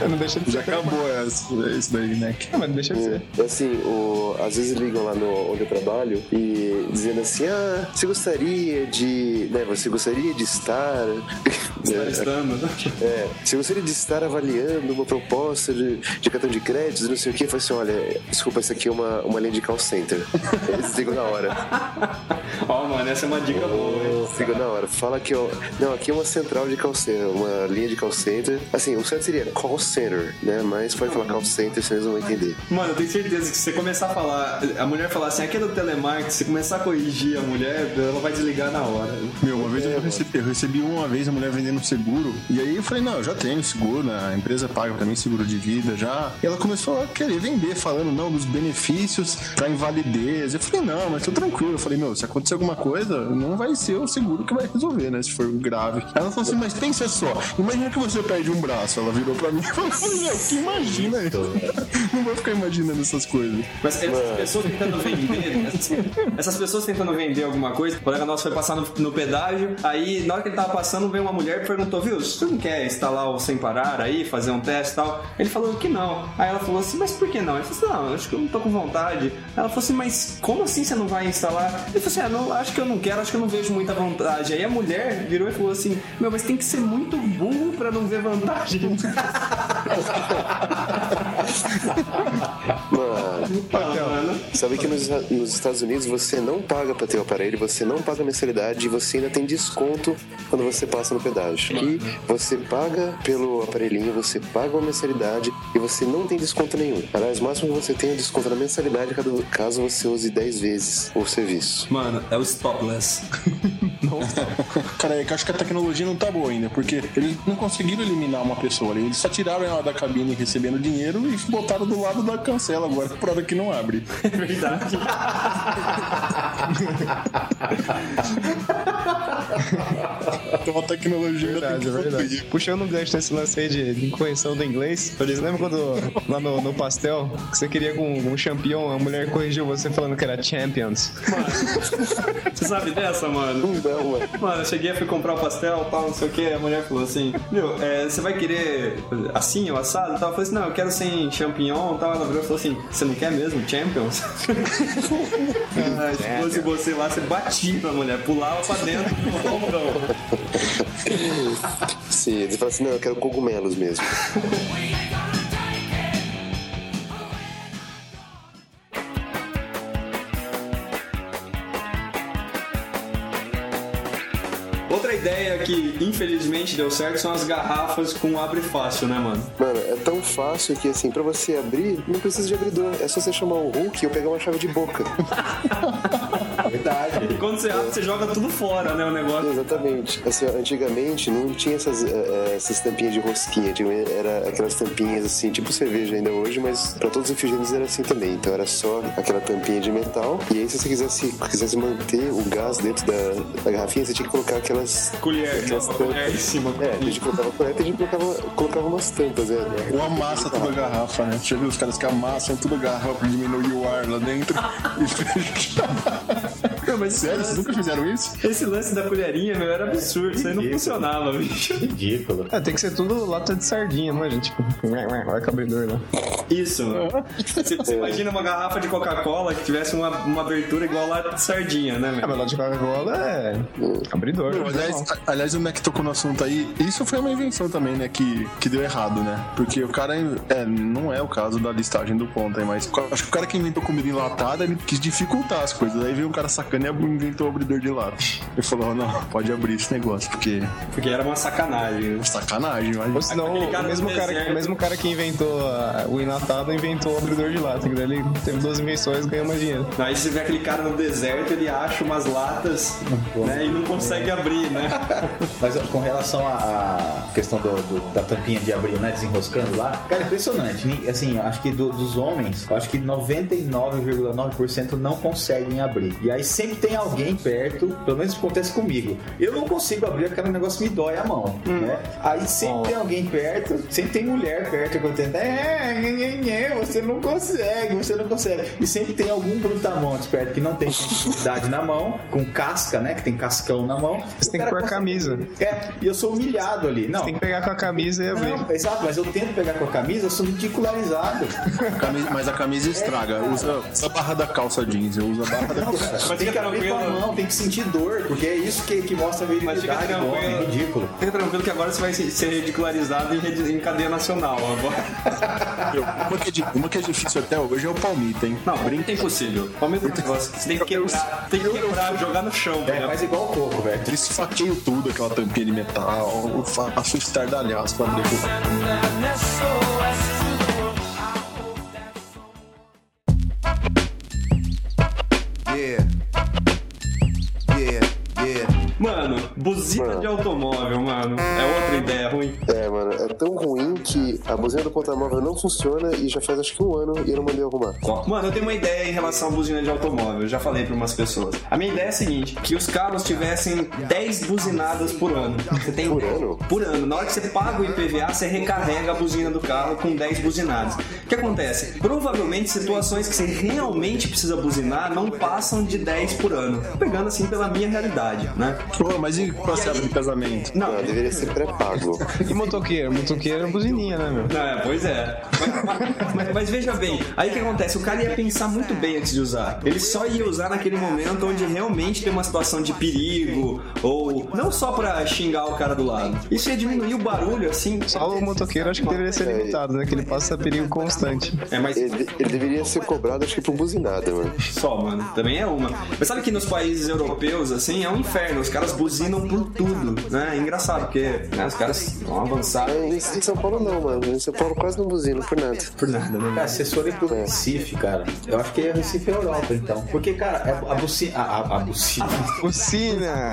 S3: Eu não deixa de
S2: Já
S3: ser.
S2: acabou essa- esse daí, né?
S3: Não, mas não deixa de ser.
S5: assim, o- às vezes ligam lá no onde eu trabalho e dizendo assim, ah, você gostaria de, né, você gostaria de estar,
S1: Tá estando.
S5: É, se gostaria de estar avaliando uma proposta de, de cartão de crédito, não sei o que, fala assim, olha, desculpa, isso aqui é uma, uma linha de call center. Eles ligam na hora.
S1: Ó, mano, essa é uma dica boa, hein?
S5: Eles ligam na hora. Fala que, ó, não, aqui é uma central de call center, uma linha de call center. Assim, o certo seria call center, né? Mas pode falar call center, vocês não vão entender.
S1: Mano, eu tenho certeza que se você começar a falar, a mulher falar assim, aqui é do telemarketing, se começar a corrigir a mulher, ela vai desligar na hora.
S2: Meu, uma vez eu recebi, eu recebi uma vez a mulher vendendo um seguro, e aí eu falei, não, eu já tenho seguro, né? a empresa paga pra mim seguro de vida já. E ela começou a querer vender, falando, não, dos benefícios pra invalidez. Eu falei, não, mas tô tranquilo. Eu falei, meu, se acontecer alguma coisa, não vai ser o seguro que vai resolver, né? Se for grave. Ela falou assim, mas pensa só, imagina que você perde um braço. Ela virou pra mim e falou, meu, que imagina isso? [LAUGHS] Não vou ficar imaginando essas coisas.
S1: Mas essas pessoas tentando vender, essas, essas pessoas tentando vender alguma coisa, o colega nosso foi passar no, no pedágio, aí na hora que ele tava passando, veio uma mulher e perguntou, viu, você não quer instalar o sem parar aí, fazer um teste e tal? Ele falou que não. Aí ela falou assim, mas por que não? Ele falou assim, não, acho que eu não tô com vontade. Ela falou assim, mas como assim você não vai instalar? Ele falou assim, ah, não, acho que eu não quero, acho que eu não vejo muita vantagem. Aí a mulher virou e falou assim, meu, mas tem que ser muito burro pra não ver vantagem.
S5: Mano,
S1: Ah, mano.
S5: sabe que nos, nos Estados Unidos você não paga pra ter o aparelho, você não paga mensalidade e você ainda tem desconto quando você passa no pedágio. E você paga pelo aparelhinho, você paga uma mensalidade e você não tem desconto nenhum. Aliás, o máximo que você tem é desconto na mensalidade cada- caso você use 10 vezes o serviço.
S1: Mano, é o stopless.
S2: Cara, é que eu acho que a tecnologia não tá boa ainda, porque eles não conseguiram eliminar uma pessoa ali. Eles só tiraram ela da cabine recebendo dinheiro e botaram do lado da cancela agora, por hora que
S1: [LAUGHS]
S2: não abre.
S1: É Verdade.
S2: Então a tecnologia
S3: Verdade,
S2: ainda
S3: é
S2: tem que
S3: verdade.
S2: evoluir.
S3: Puxando um gancho nesse lance aí de, de correção do inglês, eles lembram quando lá no, no pastel que você queria com um champion, a mulher corrigiu você falando que era champions.
S1: [LAUGHS] Você sabe dessa, mano?
S5: Não, mano.
S1: Mano, eu cheguei, fui comprar o pastel, tal, não sei o que, a mulher falou assim, meu, é, você vai querer assim, o assado e tal? Eu falei assim, não, eu quero sem champignon e tal. Ela virou e falou assim, você não quer mesmo Champions? Ah, se fosse você lá, você batia na mulher, pulava pra dentro do balcão.
S5: Sim, eles falam assim, não, eu quero cogumelos mesmo.
S1: Outra ideia que infelizmente deu certo são as garrafas com abre fácil, né, mano?
S5: Mano, é tão fácil que assim, pra você abrir, não precisa de abridor. É só você chamar o Hulk e eu pegar uma chave de boca.
S4: Verdade.
S1: E quando você abre, você joga tudo fora, né, o negócio.
S5: Exatamente. Assim, ó, antigamente não tinha essas, eh, eh, essas tampinhas de rosquinha. Tinha, era aquelas tampinhas assim, tipo cerveja ainda hoje, mas pra todos os refrigerantes era assim também. Então era só aquela tampinha de metal. E aí, se você quisesse, quisesse manter o gás dentro da, da garrafinha, você tinha que colocar aquelas.
S1: Colher, né?
S5: aquelas
S1: Uma colher em cima.
S5: É, a gente colocava colher e a gente colocava, colocava umas tampas, né?
S2: Ou amassa toda a garrafa, né? Já viu os caras que amassam toda a garrafa pra diminuir o ar
S1: [LAUGHS]
S2: lá dentro e fecha.
S1: Não, mas é
S2: Sério, vocês nunca fizeram isso?
S1: Esse lance da colherinha, meu, era absurdo. Isso aí não funcionava, bicho.
S4: Ridículo.
S3: É, tem que ser tudo lata de sardinha, né, gente? Tipo, [LAUGHS] olha que abridor né? lá.
S1: Isso, mano. Você, você imagina uma garrafa de Coca-Cola que tivesse uma, uma abertura igual lá de sardinha, né,
S3: Ah,
S1: meu?
S3: mas lá de Coca-Cola é abridor. né?
S1: é
S2: Aliás,
S3: normal.
S2: a- aliás, o Mac tocou no assunto aí. Isso foi uma invenção também, né? Que, que deu errado, né? Porque o cara. É, não é o caso da listagem do Conta, mas o cara- acho que o cara que inventou comida enlatada, ele quis dificultar as coisas. Aí veio um cara sac- Canebo inventou o abridor de lápis. Ele falou, "Ó, não, pode abrir esse negócio, porque
S1: Porque era uma sacanagem, né?
S2: é sacanagem,
S3: Ou
S2: mas
S3: senão,
S1: Aquele
S3: o
S1: cara
S3: mesmo
S1: do
S3: cara,
S1: deserto.
S3: o mesmo cara que inventou a- o Inatado inventou o abridor de látex. Daí ele teve duas invenções e ganhou mais dinheiro.
S1: Aí você vê aquele cara no deserto, ele acha umas latas né, e não consegue abrir, né?
S4: Mas ó, com relação à à questão do- do- da tampinha de abrir, né? Desenroscando lá, cara, é impressionante. Ni- Assim, eu acho que do- dos homens, eu acho que 99,9% não conseguem abrir. E aí sempre tem alguém perto, pelo menos acontece comigo. Eu não consigo abrir aquele negócio me dói a mão,
S3: Hum.
S4: né? Aí sempre tem alguém perto, sempre tem mulher perto acontecendo. É, nhe, nhe, nhe, você não consegue, você não consegue. E sempre tem algum brutamontes perto que não
S3: [LAUGHS]
S4: tem sensibilidade na mão, com casca, né? Que tem cascão na mão.
S3: Você tem
S4: O
S3: que
S4: cara
S3: pôr a
S4: consegue
S3: camisa.
S4: é, e eu sou humilhado ali. Não.
S3: Tem que pegar com a camisa e abrir.
S4: não, exato, mas eu tento pegar com a camisa, eu sou ridicularizado.
S2: a camisa, mas a camisa estraga. Usa, usa a barra da calça jeans, eu uso a barra da calça.
S1: Mas
S4: tem
S1: fica
S4: que abrir com a
S1: tranquilo.
S4: mão, tem que sentir dor, porque é isso que, que mostra a
S1: Mas fica
S4: virilidade do homem, é
S1: tranquilo.
S4: ridículo.
S1: Fica tranquilo que agora você vai se- ser ridicularizado em, rede- em cadeia nacional. Agora.
S2: Uma que, é, di- uma que é difícil até hoje é o palmito, hein?
S1: Não, brinca é impossível. Ao mesmo negócio. Você tem que quebrar, tem que quebrar, jogar no chão.
S4: É,
S1: né?
S4: faz igual o coco, velho.
S2: Eles faqueiam tudo, aquela tampinha de metal, eu faço estardalhaço pra abrir.
S9: Yeah. Yeah. Yeah.
S1: Mano, buzina
S5: Mano.
S1: de automóvel, mano. É outra ideia ruim.
S5: É, mano, é tão ruim que a buzina do porta-móvel não funciona e já faz acho que um ano e eu não mandei arrumar.
S1: Mano, eu tenho uma ideia em relação à buzina de automóvel. Eu já falei pra umas pessoas. A minha ideia é a seguinte: que os carros tivessem 10 buzinadas por ano. Você tem
S5: Por ano?
S1: Por ano. Na hora que você paga o IPVA, você recarrega a buzina do carro com 10 buzinadas. O que acontece? Provavelmente situações que você realmente precisa buzinar não passam de 10 por ano. Pegando assim pela minha realidade, né?
S2: Pô, mas e pra se abrir casamento?
S5: Não, Ah, deveria ser pré-pago.
S3: E motoqueiro? Motoqueiro é buzininha, né, meu?
S1: É, pois é. Mas, mas- mas veja bem, aí o que acontece? O cara ia pensar muito bem antes de usar. Ele só ia usar naquele momento onde realmente tem uma situação de perigo, ou não só pra xingar o cara do lado. Isso ia diminuir o barulho, assim.
S3: Só o motoqueiro acho que deveria ser limitado, né? Que ele passa perigo constante.
S1: É, mas
S5: Ele, ele deveria ser cobrado, acho que por buzinada, mano.
S1: só, mano, também é uma. Mas sabe que nos países europeus, assim, é um inferno. Os caras buzinam por tudo, né? É engraçado, porque né, os caras estão avançados
S5: É, Em em São Paulo não, mano. Em São Paulo quase não buzina por nada.
S1: por nada, né?
S4: Cara, se forem pro Recife, cara, eu acho que é Recife é Europa, então. Porque, cara, é a bucina. A, a, a bucina. [LAUGHS]
S3: Bucina!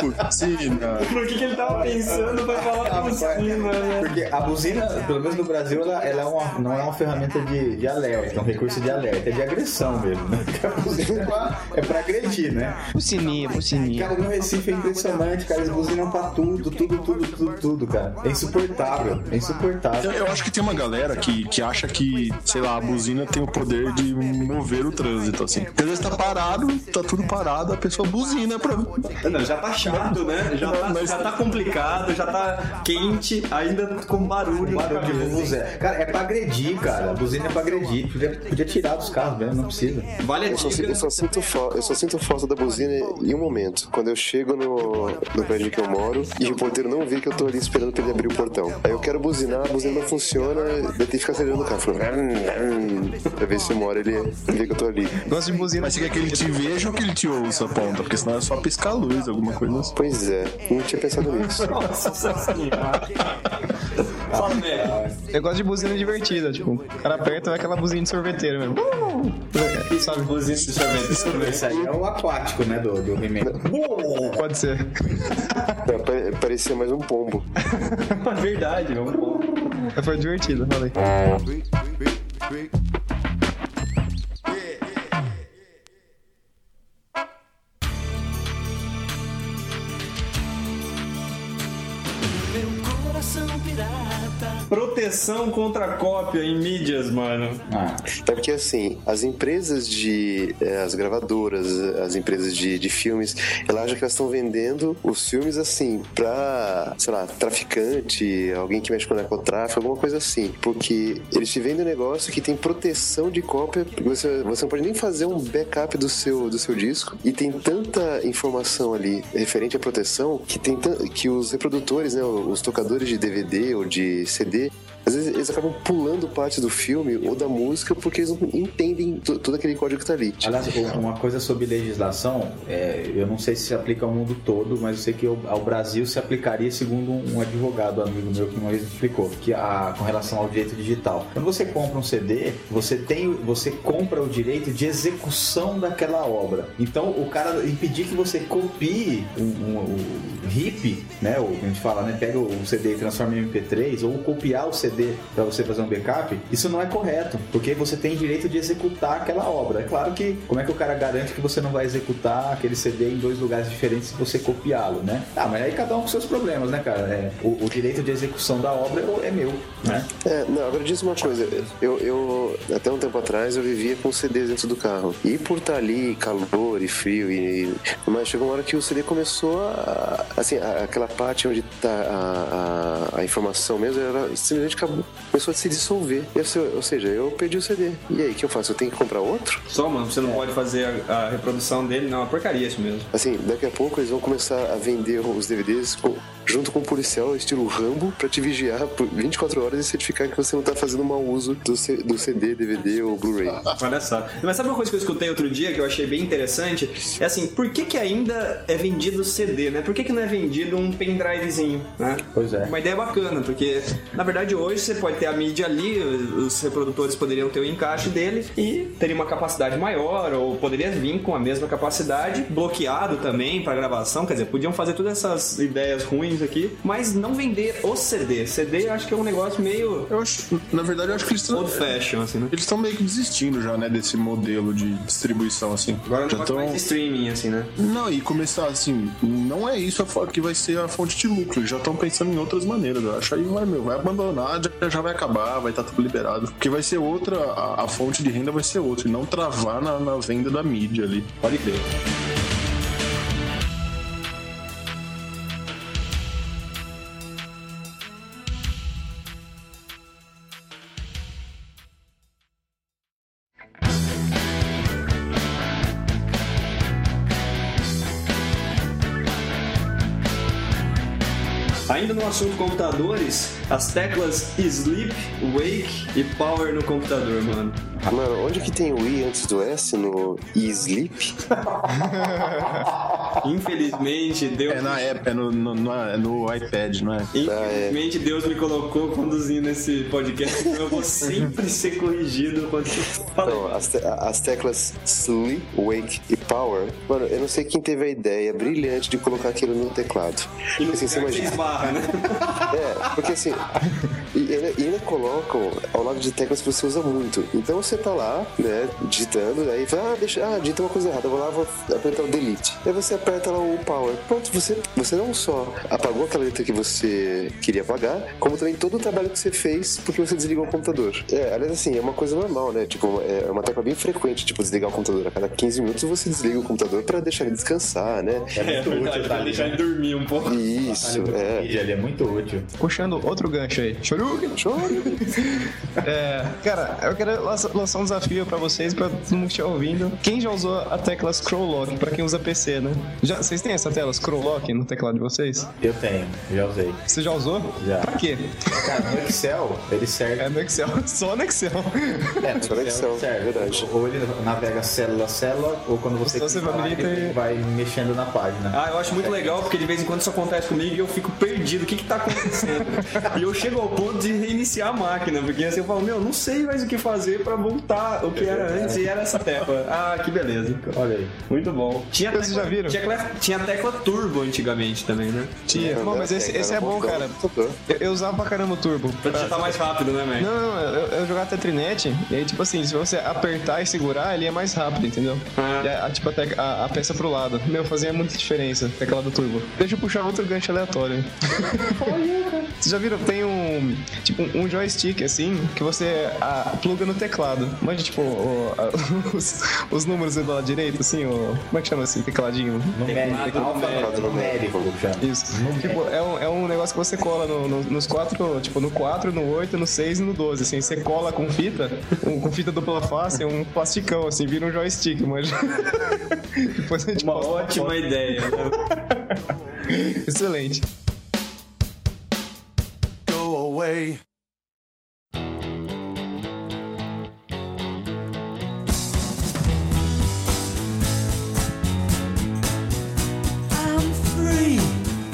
S2: Curtina.
S1: Por que, que ele tava pensando pra falar por cima, né?
S4: Porque a buzina, pelo menos no Brasil, ela, ela é uma, não é uma ferramenta de, de alerta, é um recurso de alerta, é de agressão mesmo, né? [LAUGHS] Porque a buzina é pra, é pra agredir, né?
S3: Bucininha, bucininha.
S4: Cara, no Recife é impressionante, cara. Eles buzinam pra tudo, tudo, tudo, tudo, tudo, cara. É insuportável, é insuportável.
S2: Eu- Eu acho que tem uma galera que, que acha que, sei lá, a buzina tem o poder de mover o trânsito, assim. Porque às vezes tá parado, tá tudo parado, a pessoa buzina pra.
S1: Não, já tá chato, né? Já tá,
S2: Mas-
S1: já tá complicado, já tá quente, ainda com barulho.
S4: Barulho de buzina. Cara, é pra agredir, cara. A buzina é pra agredir. Podia, podia tirar dos carros mesmo, não precisa.
S1: Vale a
S5: Eu só,
S1: dica.
S5: eu só sinto fal- eu só sinto falta da buzina em um momento. Quando eu chego no, no prédio que eu moro e o porteiro não vê que eu tô ali esperando pra ele abrir o portão. Aí eu quero buzinar, a buzina não funciona, daí tem que ficar acelerando o carro. falando, "Ram, ram", Pra ver se uma hora ele vê que eu tô ali.
S3: Gosto de buzina.
S2: Mas você quer que ele te veja ou que ele te ouça, ponta? Porque senão é só piscar a luz, alguma coisa assim.
S5: Pois é, não tinha pensado nisso.
S1: Nossa senhora. Fala, Mac.
S3: Eu gosto de buzina divertida, tipo, o cara aperta vai aquela buzina de sorveteiro mesmo. Uh! Sabe,
S1: Buzina de sorvete.
S4: Isso aí é o aquático, né, do, do He-Man.
S3: pode ser. [LAUGHS]
S5: É, pare- Parecia mais um pombo.
S1: Verdade, vamos lá.
S3: Mas Foi divertido, falei.
S1: Proteção contra cópia em mídias, mano.
S4: Ah,
S5: É porque assim, as empresas de. eh, as gravadoras, as empresas de, de filmes, elas acham que elas estão vendendo os filmes assim, pra, sei lá, traficante, alguém que mexe com narcotráfico, alguma coisa assim. Porque eles te vendem um negócio que tem proteção de cópia, porque você, você não pode nem fazer um backup do seu, do seu disco. E tem tanta informação ali referente à proteção que, tem tan- que os reprodutores, né, os tocadores de DVD ou de CD, Às vezes eles acabam pulando parte do filme ou da música porque eles não entendem to- todo aquele código que tá ali.
S4: Aliás, uma coisa sobre legislação, é, eu não sei se se aplica ao mundo todo, mas eu sei que ao, ao Brasil se aplicaria segundo um advogado amigo meu que uma vez me explicou, que a, com relação ao direito digital. Quando você compra um CD, você tem, você compra o direito de execução daquela obra. Então, o cara impedir que você copie um, um- o hip, né, o que a gente fala, né, pega o CD e transforma em MP3 ou copiar o CD para você fazer um backup, isso não é correto, porque você tem direito de executar aquela obra. É claro que como é que o cara garante que você não vai executar aquele CD em dois lugares diferentes se você copiá-lo, né? Ah, mas aí cada um com seus problemas, né, cara? É, o, o direito de execução da obra é meu, né?
S5: É, não, agora diz uma coisa. Eu, eu, até um tempo atrás, eu vivia com CDs dentro do carro. E por estar ali, calor e frio, e, mas chegou uma hora que o CD começou a. Assim, a- aquela parte onde tá a, a- a informação mesmo, ela simplesmente acabou, começou a se dissolver. E assim, ou seja, eu perdi o CD. E aí, o que eu faço? Eu tenho que comprar outro?
S1: Só, mano, você não pode fazer a, a reprodução dele, não. É porcaria isso mesmo.
S5: Assim, daqui a pouco eles vão começar a vender os DVDs com- junto com um policial estilo Rambo pra te vigiar por 24 horas e certificar que você não tá fazendo mau uso do, C- do CD, DVD ou Blu-ray.
S1: Olha só. Mas sabe uma coisa que eu escutei outro dia que eu achei bem interessante? É assim, por que, que ainda é vendido CD, né? Por que, que não é vendido um pendrivezinho, né?
S4: Pois é.
S1: Uma ideia bacana, porque na verdade hoje você pode ter a mídia ali, os reprodutores poderiam ter o encaixe dele e teria uma capacidade maior, ou poderia vir com a mesma capacidade, bloqueado também para gravação, quer dizer, podiam fazer todas essas ideias ruins aqui, mas não vender o CD. CD eu acho que é um negócio meio
S2: Eu acho, na verdade, eu acho que eles estão
S1: old fashion, assim, né?
S2: eles estão meio que desistindo já, né, desse modelo de distribuição, assim.
S1: Agora
S2: já
S1: não
S2: tão-
S1: mais streaming, assim, né?
S2: Não, e começar assim, não é isso a fo- que vai ser a fonte de lucro. Eles já estão pensando em outras maneiras, eu acho. Aí vai, meu, vai abandonar, já, já vai acabar, vai estar tudo liberado. Porque vai ser outra, a, a fonte de renda vai ser outra, e não travar na, na venda da mídia ali.
S4: Pode crer.
S1: Ainda no assunto computadores, as teclas Sleep, Wake e Power no computador, mano.
S5: Mano, onde que tem o I antes do S no e sleep?
S1: Infelizmente, Deus.
S2: É na app, é no, no, na- é no iPad, não é?
S1: Infelizmente, Deus me colocou conduzindo esse podcast, então
S2: [LAUGHS]
S1: eu vou sempre ser corrigido quando você
S5: Então,
S1: fala.
S5: as, te- as teclas sleep, wake e power. Mano, eu não sei quem teve a ideia brilhante de colocar aquilo no teclado.
S1: E no
S5: Assim, você
S1: lugar que
S5: imagina.
S1: você esbarra,
S2: [LAUGHS]
S1: né?
S5: É, porque assim, e ainda, e ainda colocam ao lado de teclas que você usa muito. Então você tá lá, né, digitando, aí fala, ah, deixa, ah, digita uma coisa errada, eu vou lá, vou apertar o delete. Aí você aperta lá o power. Pronto, você, você não só apagou aquela letra que você queria apagar, como também todo o trabalho que você fez porque você desligou o computador. É, aliás, assim, é uma coisa normal, né? Tipo, é uma tecla bem frequente, tipo, desligar o computador. A cada 15 minutos você desliga o computador pra deixar ele descansar, né?
S1: É verdade,
S2: tá
S1: pra deixar ele dormir um pouco.
S5: Isso, é.
S4: tá Ele é muito útil.
S3: Puxando outro gancho aí. Choruga!
S5: Show.
S3: É, cara, eu quero lança- lançar um desafio pra vocês, pra todo mundo que estiver ouvindo. Quem já usou a tecla Scroll Lock, pra quem usa PC, né? Já, vocês têm essa tela Scroll Lock no teclado de vocês?
S4: Eu tenho, já usei.
S3: Você já usou?
S4: Já.
S3: Pra quê?
S4: Cara, no Excel, ele serve
S3: É no Excel, [LAUGHS] só no Excel.
S4: É,
S5: Só na edição,
S4: serve.
S5: verdade.
S4: Ou ele navega célula a célula, ou quando você,
S3: Então você
S4: clica lá,
S3: habilita
S4: ele
S3: e-
S4: vai mexendo na página.
S1: Ah, eu acho muito legal porque de vez em quando isso acontece comigo e eu fico perdido. O que que tá
S2: [LAUGHS]
S1: acontecendo? e eu chego ao ponto de reiniciar a máquina, porque assim eu falo, meu, não sei mais o que fazer pra voltar o que era antes e era essa tecla. Ah, que beleza.
S4: Olha aí.
S1: Muito bom. Tinha
S3: Vocês já viram?
S1: Tinha, tecla- tinha tecla turbo antigamente também, né?
S3: Tinha. Não, mas esse, esse é bom, cara. Eu, eu usava pra caramba o turbo.
S1: Pra digitar mais rápido, né, Mac?
S3: Não, não, eu, eu jogava Tetrinete, e aí, tipo assim, se você apertar e segurar, ele é mais rápido, entendeu?
S1: Ah.
S3: E a- a, tipo, a, tec- a, a peça pro lado. Meu, fazia muita diferença, teclado turbo. Deixa eu puxar outro gancho
S1: [LAUGHS]
S3: aleatório. Vocês já viram? Tem um, tipo, um joystick, assim, que você ah, pluga no teclado. Mas, tipo, o- a- [LAUGHS] os, os números do lado direito, assim, o, como é que chama esse tecladinho?
S4: Numérico, alfanumérico, numérico, chama.
S3: Isso. Tipo, é um, é um negócio que você cola no- no- nos quatro, tipo, no 4, no 8, no 6 e no 12, assim. Você cola com fita, um- com fita dupla face, um plasticão, assim, vira um joystick, mas... [LAUGHS] Depois é, tipo, a gente
S1: Uma
S3: posta
S1: ótima ideia. né?
S3: foto. Excelente.
S10: Go away.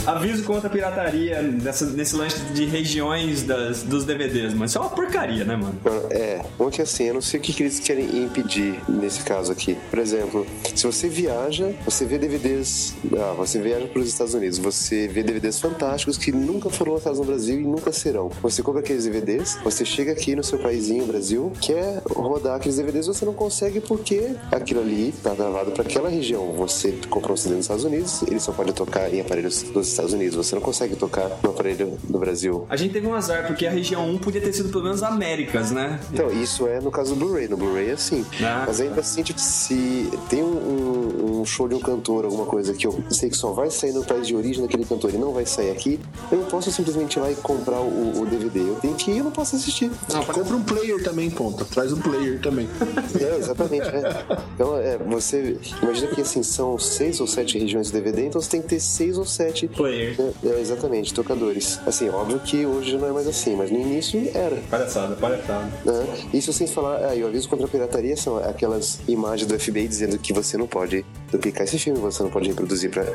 S1: aviso contra a pirataria nessa, nesse lance de regiões das, dos DVDs, mano. Isso é uma porcaria, né, mano?
S5: Mano, É, bom que assim, eu não sei o que, que eles querem impedir nesse caso aqui. Por exemplo, se você viaja, você vê DVDs. Ah, você viaja para os Estados Unidos, você vê DVDs fantásticos que nunca foram lançados no Brasil e nunca serão. Você compra aqueles DVDs, você chega aqui no seu paizinho, Brasil, quer rodar aqueles DVDs, você não consegue porque aquilo ali tá gravado para aquela região. Você comprou um CD nos Estados Unidos, ele só pode tocar em aparelhos dos Estados Unidos. Você não consegue tocar no aparelho do Brasil.
S1: A gente teve um azar, porque a região 1 podia ter sido pelo menos Américas, né?
S5: Então, isso é no caso do Blu-ray. No Blu-ray é assim.
S1: Ah,
S5: Mas ainda assim, tipo, se tem um, um- um show de um cantor, alguma coisa que eu sei que só vai sair no país de origem daquele cantor e não vai sair aqui, eu não posso simplesmente ir lá e comprar o, o DVD. Eu tenho que ir e eu não posso assistir.
S2: Compra um player também, ponta. Traz um player também.
S5: [LAUGHS] É, exatamente, né? Então, é, você. Imagina que assim, são seis ou sete regiões de DVD, então você tem que ter seis ou sete.
S1: Player.
S5: É, é, exatamente, tocadores. Assim, óbvio que hoje não é mais assim, mas no início era.
S1: Palhaçada, palhaçada.
S5: né? Isso sem falar, aí o aviso contra a pirataria são aquelas imagens do FBI dizendo que você não pode duplicar esse filme, você não pode reproduzir para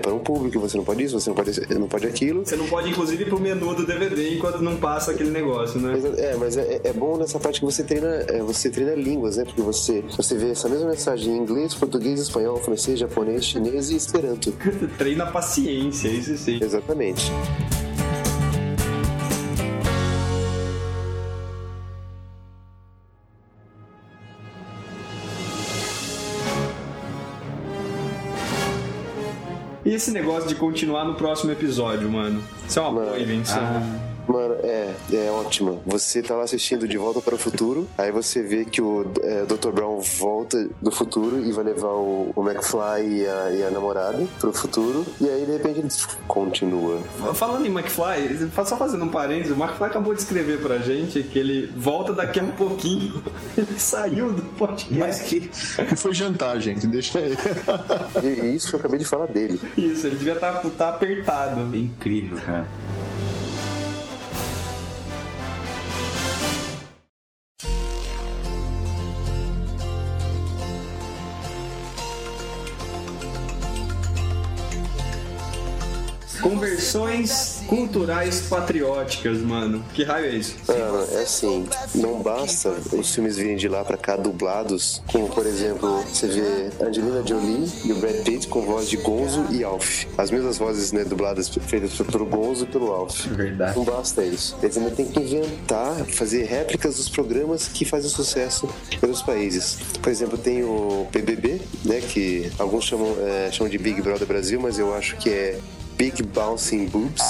S5: para um público, você não pode isso, você não pode, não pode aquilo.
S1: Você não pode, inclusive, ir pro menu do DVD enquanto não passa aquele negócio, né?
S5: Mas, é, mas é, é bom nessa parte que você treina, é, você treina línguas, né? Porque você, você vê essa mesma mensagem em inglês, português, espanhol, francês, japonês, chinês e esperanto.
S1: Treina a paciência, isso sim.
S5: Exatamente.
S1: E esse negócio de continuar no próximo episódio, mano? Isso é uma boa
S5: Mano,
S1: invenção.
S5: Mano, é, é ótimo. Você tá lá assistindo De Volta para o Futuro, aí você vê que o é, Dr. Brown volta do futuro e vai levar o, o McFly e a, e a namorada pro futuro, e aí de repente ele continua.
S1: Falando em McFly, só fazendo um parênteses, o McFly acabou de escrever pra gente que ele volta daqui a um pouquinho. [LAUGHS] Ele saiu do podcast.
S8: Mas que.
S2: E [LAUGHS] foi jantar, gente. Deixa aí.
S5: E, e isso que eu acabei de falar dele.
S1: Isso, ele devia estar apertado.
S8: É Incrível, cara.
S1: Conversões culturais patrióticas, mano. Que raio é isso?
S5: Mano, é assim, não basta os filmes virem de lá pra cá dublados, como por exemplo, você vê Angelina Jolie e o Brad Pitt com voz de Gonzo e Alf. As mesmas vozes, né, dubladas feitas pelo Gonzo e pelo Alf.
S8: Verdade.
S5: Não basta isso. Eles ainda têm que inventar, fazer réplicas dos programas que fazem sucesso em outros países. Por exemplo, tem o PBB, né, que alguns chamam, é, chamam de Big Brother Brasil, mas eu acho que é Big Bouncing Boobs,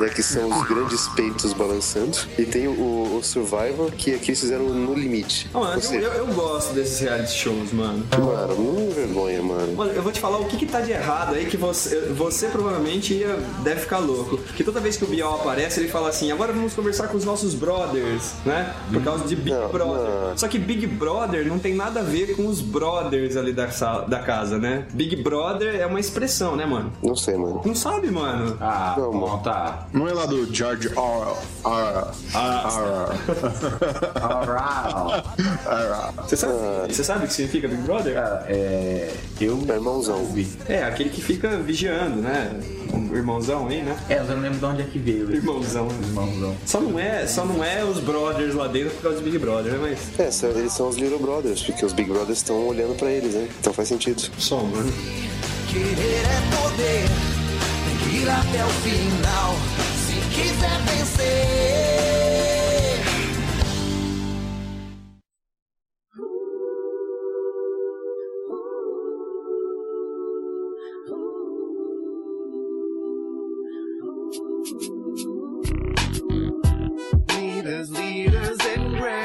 S5: né, que são os grandes peitos balançando. E tem o, o Survivor, que aqui eles fizeram no limite.
S1: Ah, mano,
S5: Ou
S1: eu,
S5: seja,
S1: eu- eu gosto desses reality shows, mano.
S5: mano, não é vergonha, mano.
S1: Mano, eu vou te falar o que, que tá de errado aí que você, você provavelmente ia, deve ficar louco. Que toda vez que o Bial aparece, ele fala assim: agora vamos conversar com os nossos brothers, né? Por causa de Big
S5: Não,
S1: Brother.
S5: não.
S1: Só que Big Brother não tem nada a ver com os brothers ali da, sala- da casa, né? Big Brother é uma expressão, né, mano?
S5: Não sei, mano.
S1: Não sabe, mano.
S8: Ah,
S5: Não, mano.
S8: bom, tá.
S2: [LAUGHS] Não é lá do George R.
S8: Alright.
S1: Você sabe, você sabe o que significa Big
S4: Ah.
S1: Brother?
S8: Cara, é. Eu.
S5: Meu irmãozão.
S8: ouvi.
S1: É, aquele que fica vigiando, né? Um irmãozão aí, né?
S8: É, mas eu não lembro de onde é que veio. esse
S1: Irmãozão.
S8: Irmãozão.
S1: Só não é, só não é os brothers lá dentro por causa de Big Brother, né? Mas.
S5: É, são- eles são os Little Brothers, porque os Big Brothers estão olhando pra eles, né? Então faz sentido.
S1: Só, mano.
S6: Querer é poder, tem que ir até o final. Se quiser vencer. Leaders, leaders and brands.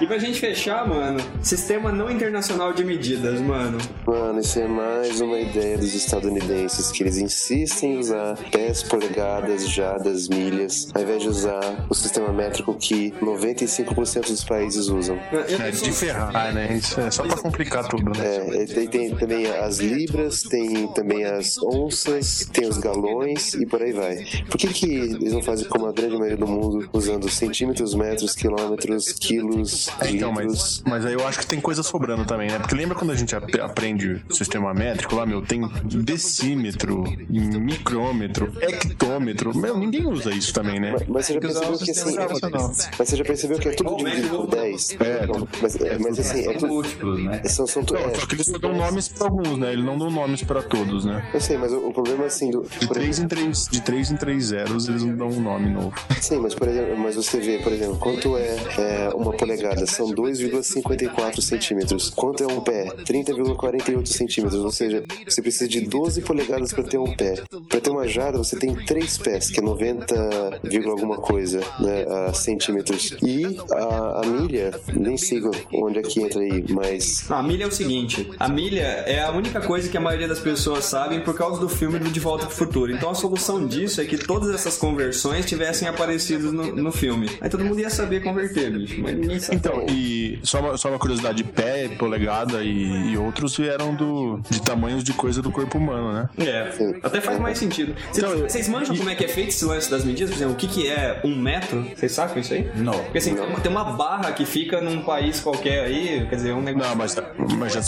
S1: E pra gente fechar, mano, sistema não internacional de medidas, mano.
S5: Mano, isso é mais uma ideia dos estadunidenses que eles insistem em usar pés, polegadas, jadas, milhas, ao invés de usar o sistema métrico que 95% dos países usam.
S1: Eu
S2: É de
S1: sou-
S2: ferrar, né? Isso é só pra complicar tudo, né?
S5: É, e tem, tem também as libras, tem também as onças, tem os galões e por aí vai. Por que, que eles não fazem como a grande maioria do mundo, usando centímetros, metros, quilômetros, quilos,
S2: É, então,
S5: litros.
S2: mas, mas aí eu acho que tem coisa sobrando também, né? Porque lembra quando a gente ap- aprende sistema métrico lá, meu? Tem decímetro, micrômetro, hectômetro. Meu, ninguém usa isso também, né?
S5: Mas, mas você já
S3: usar
S5: percebeu
S3: o
S2: um
S5: que assim.
S3: sistema operacional.
S5: Mas você já percebeu que é tudo dividido por 10?
S2: É.
S5: Não, mas, é, mas assim, é
S8: São
S5: tudo.
S8: múltiplos, né?
S5: São, são, tu-
S2: Não, só que
S5: é,
S2: eles só dão nomes pra alguns, né? Eles não dão nomes pra todos, né?
S5: eu sei, mas o, o problema assim do.
S2: De
S5: por
S2: 3
S5: exemplo-
S2: em 3, de três em três zeros, eles não dão um nome novo.
S5: Sim, mas por exemplo, mas você vê, por exemplo, quanto é, é, uma polegada? São 2,54 centímetros. Quanto é um pé? 30,48 centímetros. Ou seja, você precisa de 12 polegadas para ter um pé. Para ter uma jarda, você tem três pés, que é 90, vírgula alguma coisa, né, a centímetros. E a, a milha, nem sei onde é que entra aí, mas
S1: Não, a milha é o seguinte: a milha é a única coisa que a maioria das pessoas sabem por causa do filme do De Volta pro Futuro. Então a solução disso é que todas essas conversões tivessem aparecido no, no filme. Aí todo mundo ia saber converter, bicho. Mas ninguém sabe.
S2: Então, e só uma, só uma curiosidade, pé, polegada e, e outros vieram do, de tamanhos de coisa do corpo humano, né?
S1: É, até faz mais sentido. Vocês,
S2: Então, eu-
S1: vocês manjam como é que é feito esse lance das medidas? Por exemplo, o que, que é um metro? Vocês sacam isso aí?
S8: Não.
S1: Porque assim, tem uma barra que fica num país qualquer aí, quer dizer, um negócio. Ah,
S2: Não, mas, tá, mas já,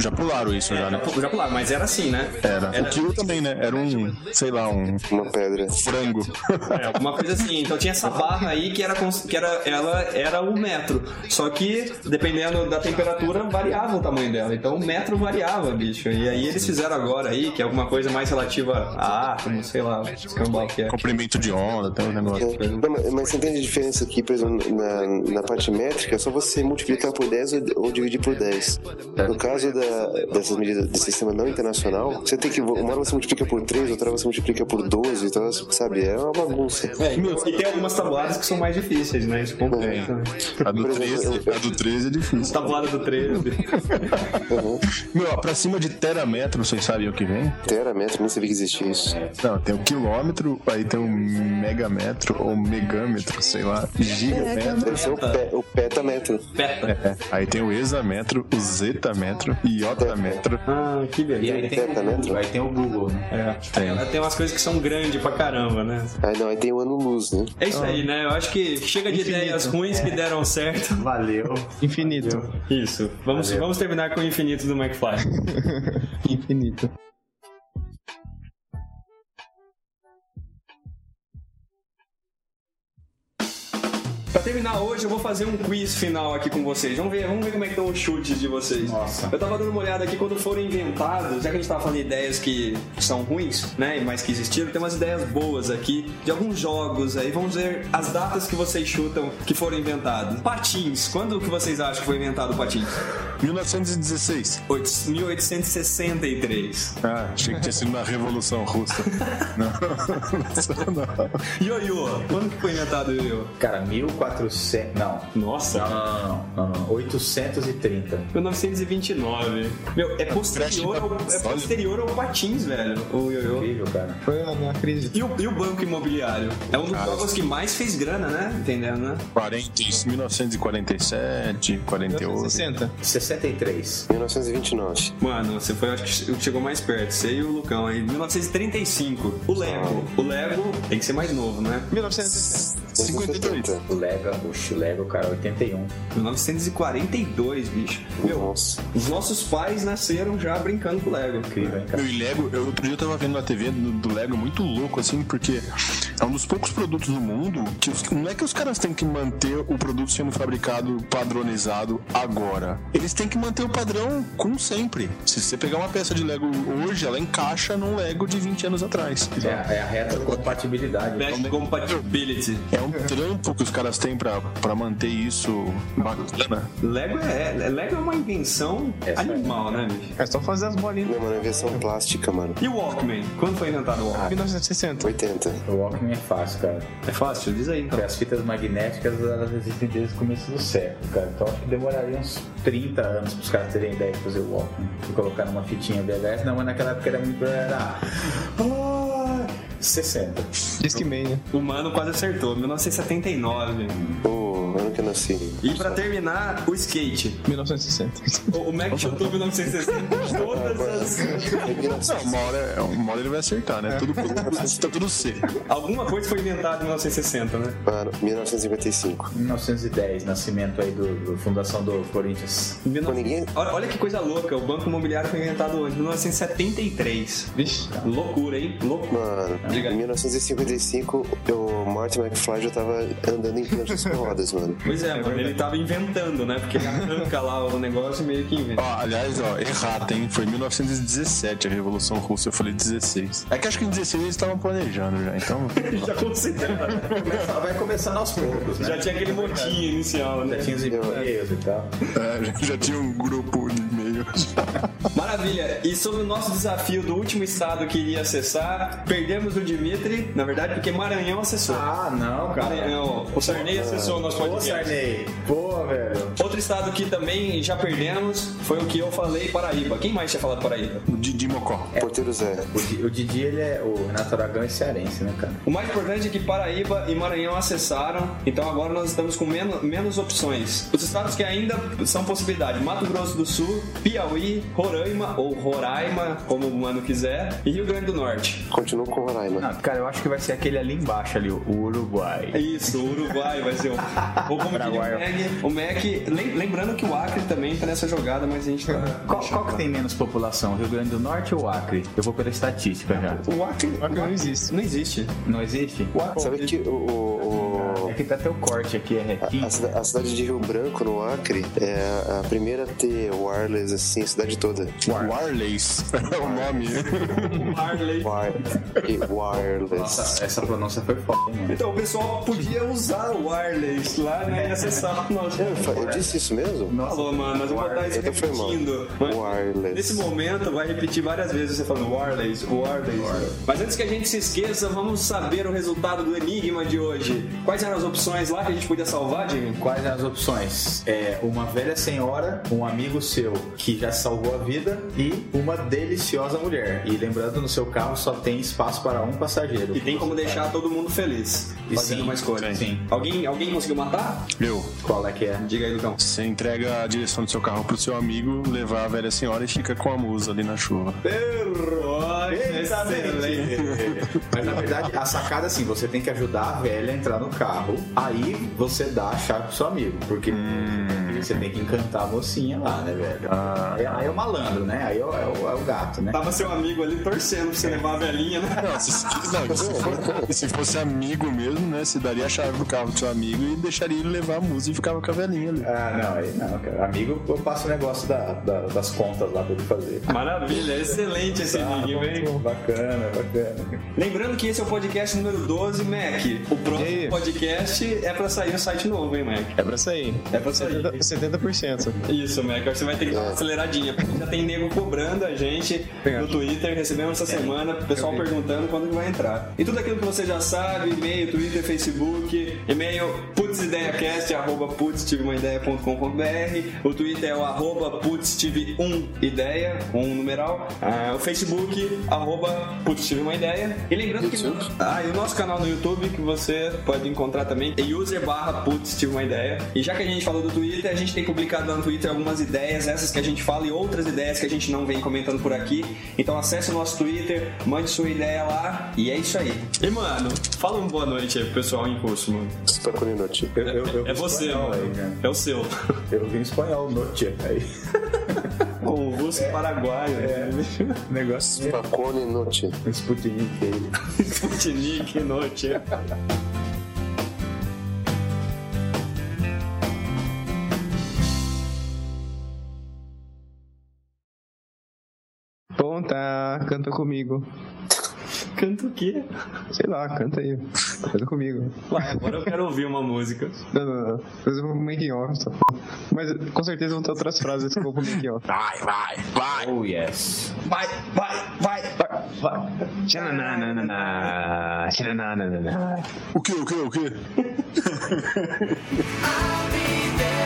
S2: já pularam isso já, né?
S1: Já pularam, mas era assim, né?
S2: Era. O quilo também, né? Era um, sei lá, um
S5: uma pedra.
S2: frango. É.
S1: Uma coisa assim, então tinha essa barra aí que era, cons- que era ela era o metro. Só que, dependendo da temperatura, variava o tamanho dela. Então o metro variava, bicho. E aí eles fizeram agora aí, que é alguma coisa mais relativa a átomos, sei lá, escambau que é.
S2: [LAUGHS] Comprimento de onda, até um negócio.
S5: É.
S1: Uhum.
S5: Não, mas- mas você entende a diferença aqui, por exemplo, na, na parte métrica, é só você multiplicar por 10 ou, ou dividir por 10.
S1: É.
S5: No caso da- dessas medidas do sistema não internacional, você tem que. Uma hora você multiplica por 3, outra hora você multiplica por 12, então, sabe, é uma bagunça.
S1: É, e tem algumas tabuladas que são mais difíceis, né? Isso compensa. né?
S2: A do 13, a do 13 é difícil.
S1: Tabulada do 13.
S2: Meu, ó, pra cima de terametro, vocês sabem o que vem?
S5: Tera, metro, nem sabia que existia isso.
S2: Não, tem o quilômetro, aí tem o megametro ou megâmetro, sei lá, gigametro.
S5: Deve ser o, pé, o petametro.
S1: Peta.
S2: É. Aí tem o hexametro, o zetametro, iotametro.
S1: [LAUGHS] Ah, que
S8: E
S1: beleza.
S8: aí tem o Google, aí tem o Google, né?
S2: É, tem.
S1: Tem umas coisas que são grandes pra caramba, né?
S5: Ah, não, aí tem o ano-luz, né?
S1: É isso aí, né? Eu acho que chega de ideias ruins que deram certo.
S4: Valeu.
S3: Infinito.
S1: Isso. Vamos, vamos terminar com o infinito do McFly.
S3: Infinito.
S1: Pra terminar hoje, eu vou fazer um quiz final aqui com vocês. Vamos ver, vamos ver como é que estão os chutes de vocês.
S8: Nossa.
S1: Eu tava dando uma olhada aqui quando foram inventados, já que a gente tava falando de ideias que são ruins, né? Mas que existiram, tem umas ideias boas aqui de alguns jogos aí. Vamos ver as datas que vocês chutam que foram inventados. Patins, quando que vocês acham que foi inventado o patins?
S2: 1916.
S1: Oito- 1863.
S2: Ah, achei que tinha sido na Revolução Russa. Não, não.
S1: Ioiô, quando que foi inventado o ioiô?
S8: Cara, 1400. Não.
S1: Nossa,
S8: Não, não, não, não, não, não. 830.
S1: 1929. Meu, é posterior, ao, é posterior ao Patins, velho, o ioiô.
S8: Incrível, cara.
S3: Foi uma crise.
S1: E o, e o Banco Imobiliário? É um dos jogos que mais fez grana, né? Entendendo, né?
S2: 40, isso, 1947, 48.
S3: 60.
S8: 63.
S5: 1929.
S1: Mano, você foi, acho que o que chegou mais perto. Você e o Lucão aí. 1935. O Lego. O Lego tem que ser mais novo, né?
S3: 1960.
S2: 58.
S8: O Lego, o Lego, cara, 81.
S1: 1942, bicho. Meu,
S5: Nossa.
S1: os nossos pais nasceram já brincando com o Lego.
S8: Incrível, hein, cara.
S2: Meu, e Lego, eu outro dia eu tava vendo na TV do, do Lego muito louco, assim, porque é um dos poucos produtos do mundo que os- não é que os caras têm que manter o produto sendo fabricado padronizado agora. Eles têm que manter o padrão como sempre. Se você pegar uma peça de Lego hoje, ela encaixa num Lego de 20 anos atrás.
S8: É, a- é a reta compatibilidade.
S1: Back compatibility.
S2: É um trampo que os caras têm pra, pra manter isso bacana.
S1: Lego é, é- Lego é uma invenção
S8: Essa é.
S1: animal, né, bicho?
S3: É só fazer as bolinhas.
S5: Não, mano, é versão plástica, mano.
S1: E o Walkman? Quando foi inventado o Walkman?
S3: 1960.
S5: 80.
S8: O Walkman é fácil, cara.
S1: É fácil, diz aí então.
S8: Porque As fitas magnéticas elas existem desde o começo do século, cara. Então acho que demoraria uns 30 anos para os caras terem ideia de fazer o Walkman e colocar numa fitinha VHS. Não, mas naquela época era muito. Era. Ah, 60.
S3: Disque Man, né?
S1: O mano quase acertou, 1979.
S5: O não, eu nunca nasci.
S1: E pra terminar, o skate.
S3: 1960. [LAUGHS]
S1: O, o Mac um chutou 1960 todas as.
S5: É engraçado.
S2: Não, uma hora, uma hora ele vai acertar, né? Tudo, tá tudo C.
S1: Alguma coisa foi inventada em 1960, né?
S5: Claro, 1955.
S4: 1910, nascimento aí do, do fundação do Corinthians.
S5: Pô, ninguém.
S1: Olha, olha que coisa louca, o Banco Imobiliário foi inventado hoje, em 1973.
S3: Vixe.
S1: Loucura, hein? Loucura.
S5: Mano,
S1: Diga aí.
S5: em 1955, o Martin McFly já tava andando em planchas com rodas, mano.
S1: Pois é, mano, ele tava inventando, né? Porque ele arranca lá o negócio e meio que inventa.
S2: Ó, aliás, ó, errado, hein? Foi 1917 a Revolução Russa, eu falei 16. É que acho que em 16 eles estavam planejando já, então.
S1: Já considera.
S11: Começa- vai começando aos poucos, né?
S1: Já tinha aquele motim inicial, né?
S4: Já tinha os e-mails e tal.
S2: [LAUGHS] é, já, já tinha um grupo de e-mail.
S1: Maravilha! E sobre o nosso desafio do último estado que iria acessar, perdemos o Dimitri, na verdade, porque Maranhão acessou.
S11: Ah, não, cara.
S1: Maranhão, o Sarney acessou o nosso
S11: Ô,
S1: podcast.
S11: Sarney. Pô, velho.
S1: Outro estado que também já perdemos foi o que eu falei, Paraíba. Quem mais tinha falado Paraíba?
S2: O Didi Mocó.
S5: Porteiro Zé.
S4: O, Di- o Didi, ele é. O Renato Aragão é cearense, né, cara?
S1: O mais importante é que Paraíba e Maranhão acessaram, então agora nós estamos com menos, menos opções. Os estados que ainda são possibilidade: Mato Grosso do Sul, Piauí, Roraima ou Roraima, como o mano quiser, e Rio Grande do Norte.
S5: Continua com Roraima.
S12: Ah, cara, eu acho que vai ser aquele ali embaixo ali, o Uruguai.
S1: É Isso, o Uruguai vai ser o. Ou como diria
S12: Paraguai.
S1: o Mac. O Mac, lem- lembrando que o Acre também tá nessa jogada, mas a gente tá.
S12: Qual, qual que tem menos população, Rio Grande do Norte ou Acre? Eu vou pela estatística já.
S1: O Acre
S3: Mas não existe.
S1: não existe.
S12: Não existe?
S5: Sabe que o- o- o,
S12: É que tá até o corte aqui, é retinho.
S5: A, cida- a cidade de Rio Branco, no Acre, é a primeira a ter wireless, assim, a cidade toda.
S2: Warleys é o nome.
S1: Harley.
S5: Wire, e wireless.
S4: Nossa, essa pronúncia foi foda, hein, mano.
S1: Então o pessoal podia usar o wireless lá, né? E acessar o nosso.
S5: Eu, fa- eu disse isso mesmo?
S1: Falou, mano, mas eu vou botar isso
S5: Então É, foi mal.
S1: repetindo.
S5: Wireless.
S1: Nesse momento vai repetir várias vezes você falando wireless, wireless. Mas antes que a gente se esqueça, vamos saber o resultado do enigma de hoje. Quais eram as opções lá que a gente podia salvar, Jimmy?
S4: Quais as opções? É uma velha senhora, um amigo seu que já salvou a vida e uma deliciosa mulher. E lembrando, no seu carro só tem espaço para um passageiro.
S1: E tem como deixar todo mundo feliz.
S4: E
S1: fazendo
S4: sim,
S1: uma escolha.
S4: sim.
S1: Alguém, alguém conseguiu matar?
S2: Meu,
S4: Qual é que é?
S1: Diga aí, Lucão.
S2: você entrega a direção do seu carro pro seu amigo, levar a velha senhora e fica com a musa ali na chuva.
S4: Excelente. Mas na verdade, a sacada é assim: você tem que ajudar a velha a entrar no carro, aí você dá a chave pro seu amigo, porque você tem que encantar a mocinha lá, né, velho? Aí- aí é o malandro, né? Aí é o, é o- é o gato, né?
S1: Tava seu amigo ali torcendo pra você levar a velhinha, né?
S2: Não, se, não, se, for- se fosse amigo mesmo, né? Você daria a chave do carro do seu amigo e deixaria ele levar a musa e ficava com a velhinha ali.
S4: Ah, não, aí não, cara. Amigo, eu passo o negócio da- da- das contas lá pra ele fazer.
S1: Maravilha, excelente esse enigma, hein?
S4: Bacana, bacana.
S1: Lembrando que esse é o podcast número 12, Mac. O próximo
S3: E aí?
S1: podcast é pra sair o site novo, hein, Mac?
S3: É pra sair.
S1: É pra sair.
S3: 70%. 70%.
S1: Isso, Mac. Você vai ter que dar uma aceleradinha, porque já tem nego cobrando a gente no Twitter. Recebemos essa semana, o pessoal perguntando quando que vai entrar. E tudo aquilo que você já sabe: e-mail, Twitter, Facebook, e-mail putzideiacast, arroba putztiveumaideiia.com.br. O Twitter é o arroba putztive1ideia, um numeral. Ah, o Facebook, arroba putztiveumaideiia. E lembrando que. Ah, e o nosso canal no YouTube que você pode encontrar também é user barra putz, tive uma ideia. E já que a gente falou do Twitter, a gente tem publicado lá no Twitter algumas ideias, essas que a gente fala e outras ideias que a gente não vem comentando por aqui. Então acesse o nosso Twitter, mande sua ideia lá e é isso aí. E mano, fala uma boa noite aí pro pessoal em curso, mano.
S5: Super Coninote.
S4: Eu, eu- eu
S1: É
S4: vi
S1: você,
S4: espanhol aí, né?
S1: mano. É o seu.
S4: Eu vi em espanhol, noite. Aí. [LAUGHS]
S1: O russo paraguaio, né? [LAUGHS]
S4: Negócio tipo, de
S5: Facone Note.
S4: Sputnik aí.
S1: Sputnik, noite.
S3: Bom, tá. Canta comigo.
S1: Canta o quê?
S3: Sei lá, canta aí. Canta comigo.
S1: Vai, agora eu quero ouvir uma música.
S3: Não, não, não. Fazer um make-off. só. Mas com certeza vão ter outras frases que eu vou pro make-off.
S2: Vai, vai, vai!
S12: Oh, yes.
S1: Vai, vai, vai.
S12: Tchananana, tchananana.
S2: O que, o que, o que?
S6: I'll be there.